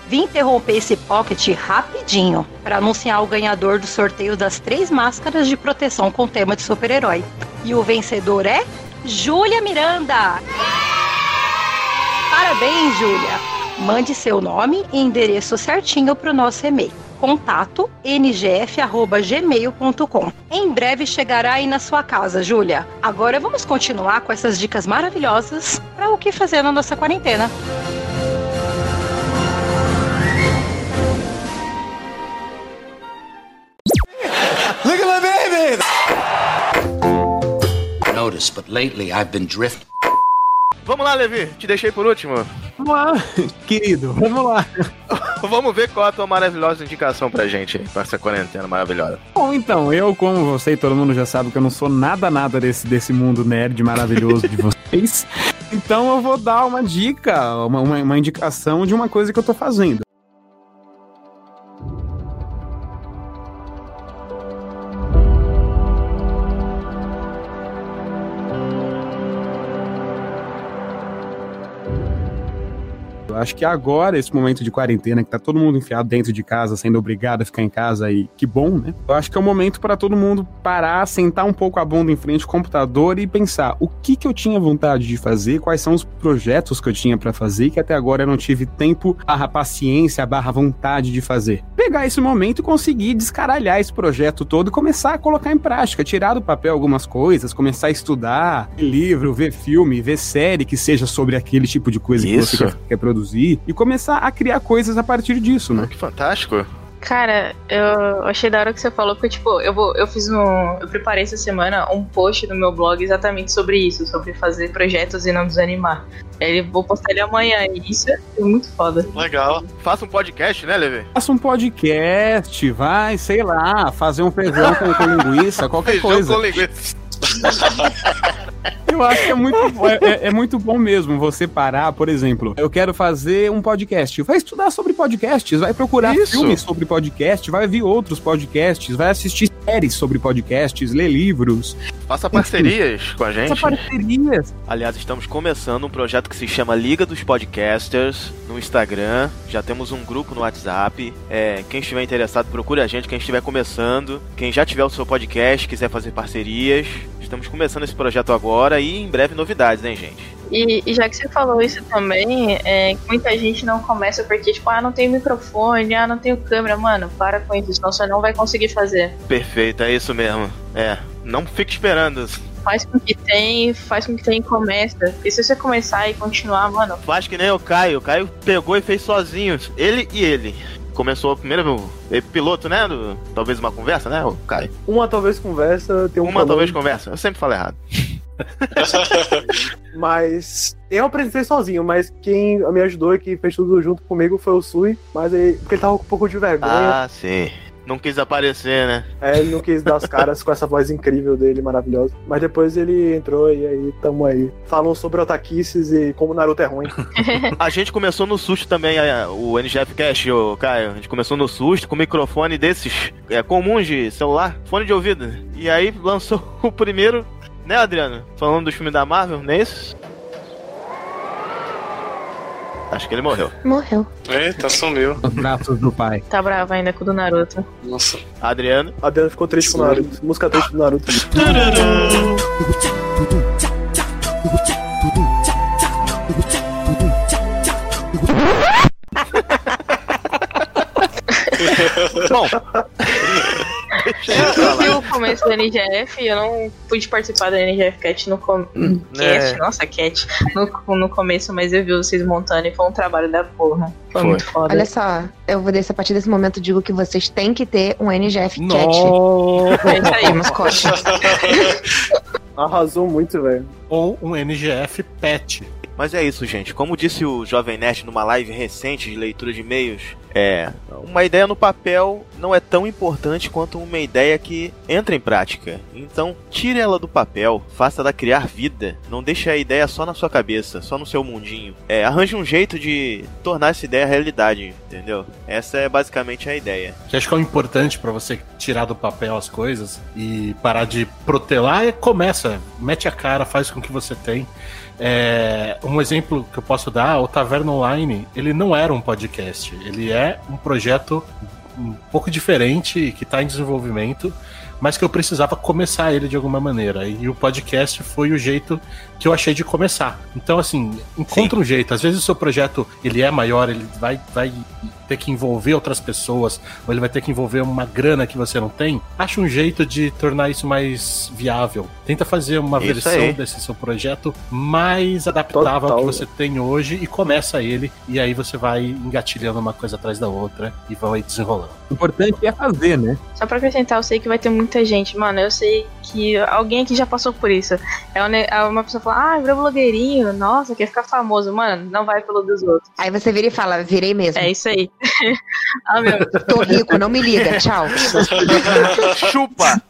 Vim interromper esse pocket rapidinho para anunciar o ganhador do sorteio das três máscaras de proteção com tema de super-herói. E o vencedor é Júlia Miranda. Parabéns, Júlia. Mande seu nome e endereço certinho para o nosso e-mail. Contato ngf.gmail.com. Em breve chegará aí na sua casa, Júlia. Agora vamos continuar com essas dicas maravilhosas para o que fazer na nossa quarentena.
Look at my baby! Notice, but lately I've been drift.
Vamos lá, Levi. Te deixei por último.
Vamos lá, querido, vamos lá.
Vamos ver qual a tua maravilhosa indicação pra gente aí, pra essa quarentena maravilhosa.
Bom, então, eu, como você e todo mundo já sabe que eu não sou nada, nada desse, desse mundo nerd maravilhoso de vocês. Então eu vou dar uma dica, uma, uma, uma indicação de uma coisa que eu tô fazendo. Eu acho que agora, esse momento de quarentena, que tá todo mundo enfiado dentro de casa, sendo obrigado a ficar em casa e que bom, né? Eu acho que é o momento para todo mundo parar, sentar um pouco a bunda em frente ao computador e pensar o que que eu tinha vontade de fazer, quais são os projetos que eu tinha para fazer que até agora eu não tive tempo, barra paciência, barra vontade de fazer. Pegar esse momento e conseguir descaralhar esse projeto todo e começar a colocar em prática, tirar do papel algumas coisas, começar a estudar, ler livro, ver filme, ver série que seja sobre aquele tipo de coisa que você
Isso.
quer quer produzir e começar a criar coisas a partir disso, né?
Que fantástico.
Cara, eu achei da hora que você falou, porque, tipo, eu, vou, eu fiz um. Eu preparei essa semana um post no meu blog exatamente sobre isso, sobre fazer projetos e não desanimar. Ele, vou postar ele amanhã, e isso é muito foda.
Legal. Faça um podcast, né, Levi?
Faça um podcast, vai, sei lá, fazer um feijão com, com linguiça, qualquer
Feijão
coisa.
com linguiça.
Eu acho que é muito, bom, é, é- é muito bom mesmo você parar, por exemplo, eu quero fazer um podcast. Vai estudar sobre podcasts, vai procurar filmes sobre podcast, vai ver outros podcasts, vai assistir séries sobre podcasts, ler livros.
Faça parcerias com a gente.
Faça parcerias.
Aliás, estamos começando um projeto que se chama Liga dos Podcasters no Instagram. Já temos um grupo no WhatsApp. É, quem estiver interessado, procure a gente. Quem estiver começando, quem já tiver o seu podcast, quiser fazer parcerias. Estamos começando esse projeto agora e em breve novidades, hein, gente?
E, e já que você falou isso também, é, que muita gente não começa porque, tipo, ah, não tem microfone, ah, não tenho câmera. Mano, para com isso, senão você não vai conseguir fazer.
Perfeito, é isso mesmo. É, não fique esperando.
Faz com que tem, faz com que tem e começa. Porque se você começar e continuar, mano,
Faz que nem o Caio. O Caio pegou e fez sozinho. Ele e ele. Começou primeiro eh, piloto, né? do- Talvez uma conversa, né, o Caio?
Uma talvez conversa, tem um
Uma
problema.
talvez conversa. Eu sempre falo errado.
Mas eu apresentei sozinho, mas quem me ajudou e que fez tudo junto comigo foi o Sui, mas ele, porque ele tava com um pouco de vergonha.
Ah, sim. Não quis aparecer, né?
É, ele não quis dar as caras com essa voz incrível dele, maravilhosa. Mas depois ele entrou e aí tamo aí. Falam sobre otaquices e como Naruto é ruim.
A gente começou no susto também, a- o NGF Cash, ô Caio. A gente começou no susto com microfone desses é, comuns de celular, fone de ouvido. E aí lançou o primeiro
Né, Adriano? Falando dos filmes da Marvel, não é isso?
Acho que ele morreu.
Morreu.
Eita, sumiu.
Os braços do pai.
Tá bravo ainda com o do Naruto.
Nossa.
Adriano.
Adriano ficou triste com o Naruto. Música triste do Naruto.
Bom.
Eu vi o começo da NGF e eu não pude participar da NGF Cat no com... cast, nossa, Cat, no, no começo, mas eu vi vocês montando e foi um trabalho da porra. Foi, muito foda.
Olha só, eu vou desse, a partir desse momento digo que vocês têm que ter um NGF
Nossa.
Cat. É isso aí, mascote.
Arrasou muito, velho.
Ou um NGF Pet.
Mas é isso, gente. Como disse o Jovem Nerd numa live recente de leitura de e-mails, é uma ideia no papel não é tão importante quanto uma ideia que entra em prática. Então, tire ela do papel, faça ela criar vida. Não deixe a ideia só na sua cabeça, só no seu mundinho. É, arranje um jeito de tornar essa ideia realidade, entendeu? Essa é basicamente a ideia.
Que acho que é o importante pra você tirar do papel as coisas e parar de protelar, é começa, mete a cara, faz com o que você tem. É, um exemplo que eu posso dar, o Taverna Online, ele não era um podcast, ele é um projeto um pouco diferente que está em desenvolvimento, mas que eu precisava começar ele de alguma maneira. E o podcast foi o jeito que eu achei de começar. Então, assim, encontra um jeito. Às vezes o seu projeto ele é maior, ele vai, vai ter que envolver outras pessoas, ou ele vai ter que envolver uma grana que você não tem. Acha um jeito de tornar isso mais viável. Tenta fazer uma
Isso
versão
aí.
desse seu projeto mais adaptável ao que você tem hoje e começa ele. E aí você vai engatilhando uma coisa atrás da outra e vai desenrolando.
O importante é fazer, né?
Só pra acrescentar, eu sei que vai ter muita gente. Mano, eu sei que alguém aqui já passou por isso. É uma, é uma pessoa fala, ah, virou blogueirinho, nossa, quer ficar famoso. Mano, não vai pelo dos outros.
Aí você vira e fala, virei mesmo.
É isso aí. ah, meu.
Tô rico, não me liga, tchau.
Chupa!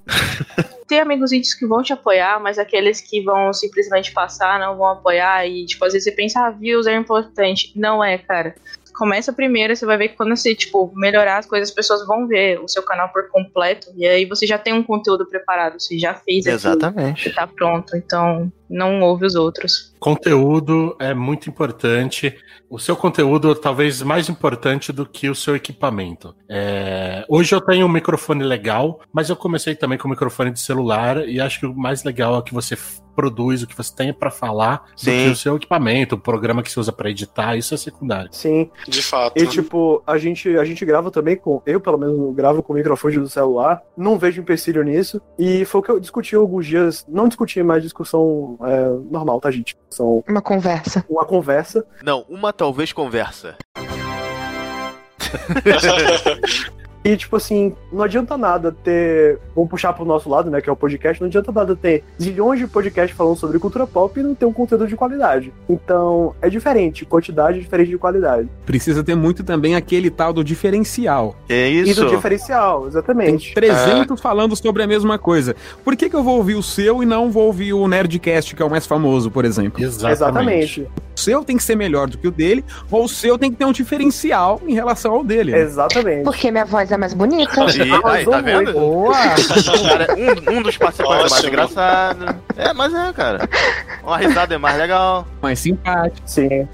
Tem amigos índios que vão te apoiar, mas aqueles que vão simplesmente passar, não vão apoiar. E, tipo, às vezes você pensa, ah, views é importante. Não é, cara. Começa primeiro, você vai ver que quando você, tipo, melhorar as coisas, as pessoas vão ver o seu canal por completo. E aí você já tem um conteúdo preparado, você já fez aquilo,
Exatamente.
Você tá pronto, então não ouve os outros.
Conteúdo é muito importante. O seu conteúdo é talvez mais importante do que o seu equipamento. É, Hoje eu tenho um microfone legal, mas eu comecei também com microfone de celular e acho que o mais legal é que você f- produz o que você tem pra falar do
Sim.
que o seu equipamento, o programa que você usa pra editar, isso é secundário.
Sim.
De fato.
E tipo, a gente, a gente grava também com. Eu, pelo menos, gravo com o microfone do celular. Não vejo empecilho nisso. E foi o que eu discuti alguns dias. Não discuti mais discussão é, normal, tá, gente? São
Uma conversa.
uma conversa.
Não, uma talvez conversa.
E, tipo assim, não adianta nada ter. Vamos puxar pro nosso lado, né? Que é o podcast. Não adianta nada ter zilhões de podcasts falando sobre cultura pop e não ter um conteúdo de qualidade. Então, é diferente. Quantidade é diferente de qualidade.
Precisa ter muito também aquele tal do diferencial.
É
E do diferencial,
Tem
exatamente.
É.
300 falando sobre a mesma coisa. Por que, que eu vou ouvir o seu e não vou ouvir o Nerdcast, que é o mais famoso, por exemplo?
Exatamente. Exatamente.
O seu tem que ser melhor do que o dele, ou o seu tem que ter um diferencial em relação ao dele. né?
Exatamente.
Porque minha voz é mais bonita.
aí, tá vendo?
Boa!
Cara, um, um dos participantes é mais engraçado. É, mas é, cara. Uma risada é mais legal.
Mais simpático.
Sim.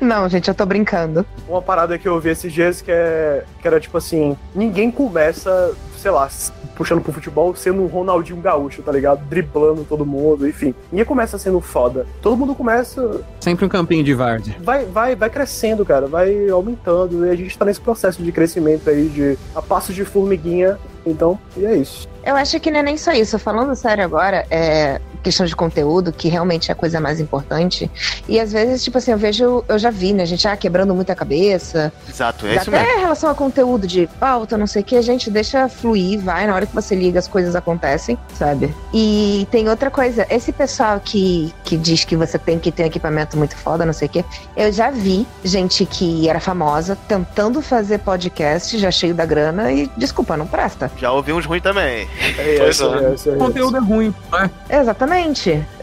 Não, gente, eu tô brincando.
Uma parada que eu ouvi esses dias que, é, que era tipo assim: ninguém começa, sei lá, s- puxando pro futebol sendo um Ronaldinho Gaúcho, tá ligado? Driblando todo mundo, enfim. Ninguém começa sendo foda. Todo mundo começa.
Sempre um campinho de Vard.
Vai, vai, vai crescendo, cara, vai aumentando. E a gente tá nesse processo de crescimento aí, de a passo de formiguinha. Então, e é isso.
Eu acho que não é nem só isso. Falando sério agora, é questão de conteúdo, que realmente é a coisa mais importante. E às vezes, tipo assim, eu vejo, eu já vi, né, gente, ah, quebrando muita cabeça.
Exato, é isso
Até
mesmo.
em relação a conteúdo de pauta, não sei o que, a gente deixa fluir, vai, na hora que você liga as coisas acontecem, sabe? E tem outra coisa, esse pessoal que, que diz que você tem que ter um equipamento muito foda, não sei o que, eu já vi gente que era famosa tentando fazer podcast, já cheio da grana, e desculpa, não presta.
Já ouvi uns ruins também.
É,
Pois é.
é,
O conteúdo é ruim, né?
Exatamente.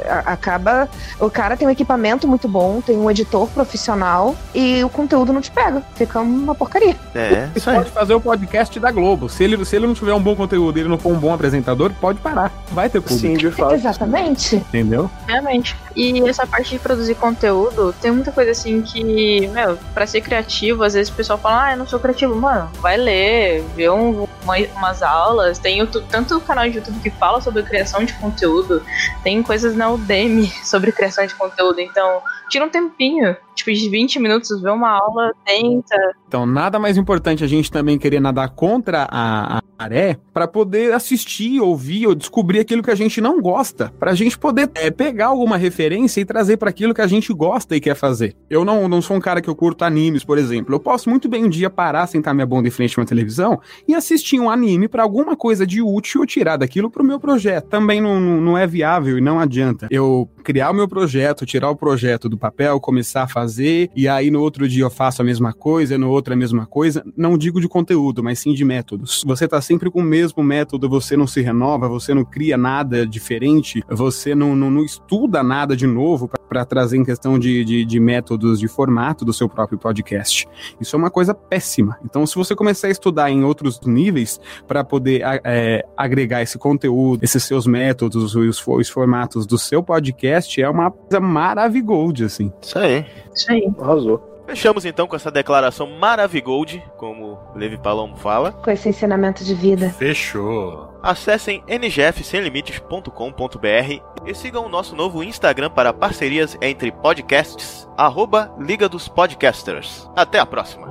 A- Acaba. O cara tem um equipamento muito bom, tem um editor profissional e o conteúdo não te pega. Fica uma porcaria.
É,
Você pode fazer o podcast da Globo. Se ele, se ele não tiver um bom conteúdo e ele não for um bom apresentador, pode parar. Vai ter público.
Sim, de fato.
Exatamente.
Entendeu?
Realmente. E essa parte de produzir conteúdo, tem muita coisa assim que, meu, pra ser criativo, às vezes o pessoal fala, ah, eu não sou criativo. Mano, vai ler, vê um- uma- umas aulas. Tem YouTube, tanto o canal de YouTube que fala sobre criação de conteúdo, tem coisas na Udemy sobre criação de conteúdo. Então, tira um tempinho, tipo, de 20 minutos, vê uma aula, tenta.
Então, nada mais importante a gente também querer nadar contra a, a maré pra poder assistir, ouvir ou descobrir aquilo que a gente não gosta. Pra gente poder é, pegar alguma referência e trazer pra aquilo que a gente gosta e quer fazer. Eu não, não sou um cara que eu curto animes, por exemplo. Eu posso muito bem um dia parar, sentar minha bunda em frente a uma televisão e assistir um anime pra alguma coisa de útil eu tirar daquilo pro meu projeto. Também não, não não é viável e não adianta. Eu criar o meu projeto, tirar o projeto do papel, começar a fazer, e aí no outro dia eu faço a mesma coisa, no outro é a mesma coisa. Não digo de conteúdo, mas sim de métodos. Você tá sempre com o mesmo método, você não se renova, você não cria nada diferente, você não, não, não estuda nada de novo para trazer em questão de, de, de métodos de formato do seu próprio podcast. Isso é uma coisa péssima. Então, se você começar a estudar em outros níveis para poder a- é, agregar esse conteúdo, esses seus métodos, os, fo- os formatos do seu podcast, é uma coisa maravigold, assim.
Isso aí.
Isso aí.
Arrasou.
Fechamos então com essa declaração maravigold, como Levi Palom fala.
Com esse ensinamento de vida.
Fechou.
Acessem ngfsemlimites.com.br e sigam o nosso novo Instagram para parcerias entre podcasts, arroba Liga dos Podcasters. Até a próxima!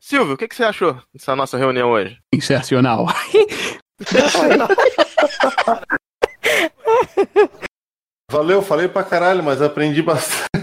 Silvio, o que, que você achou dessa nossa reunião hoje?
Excepcional.
Valeu, falei pra caralho, mas aprendi bastante.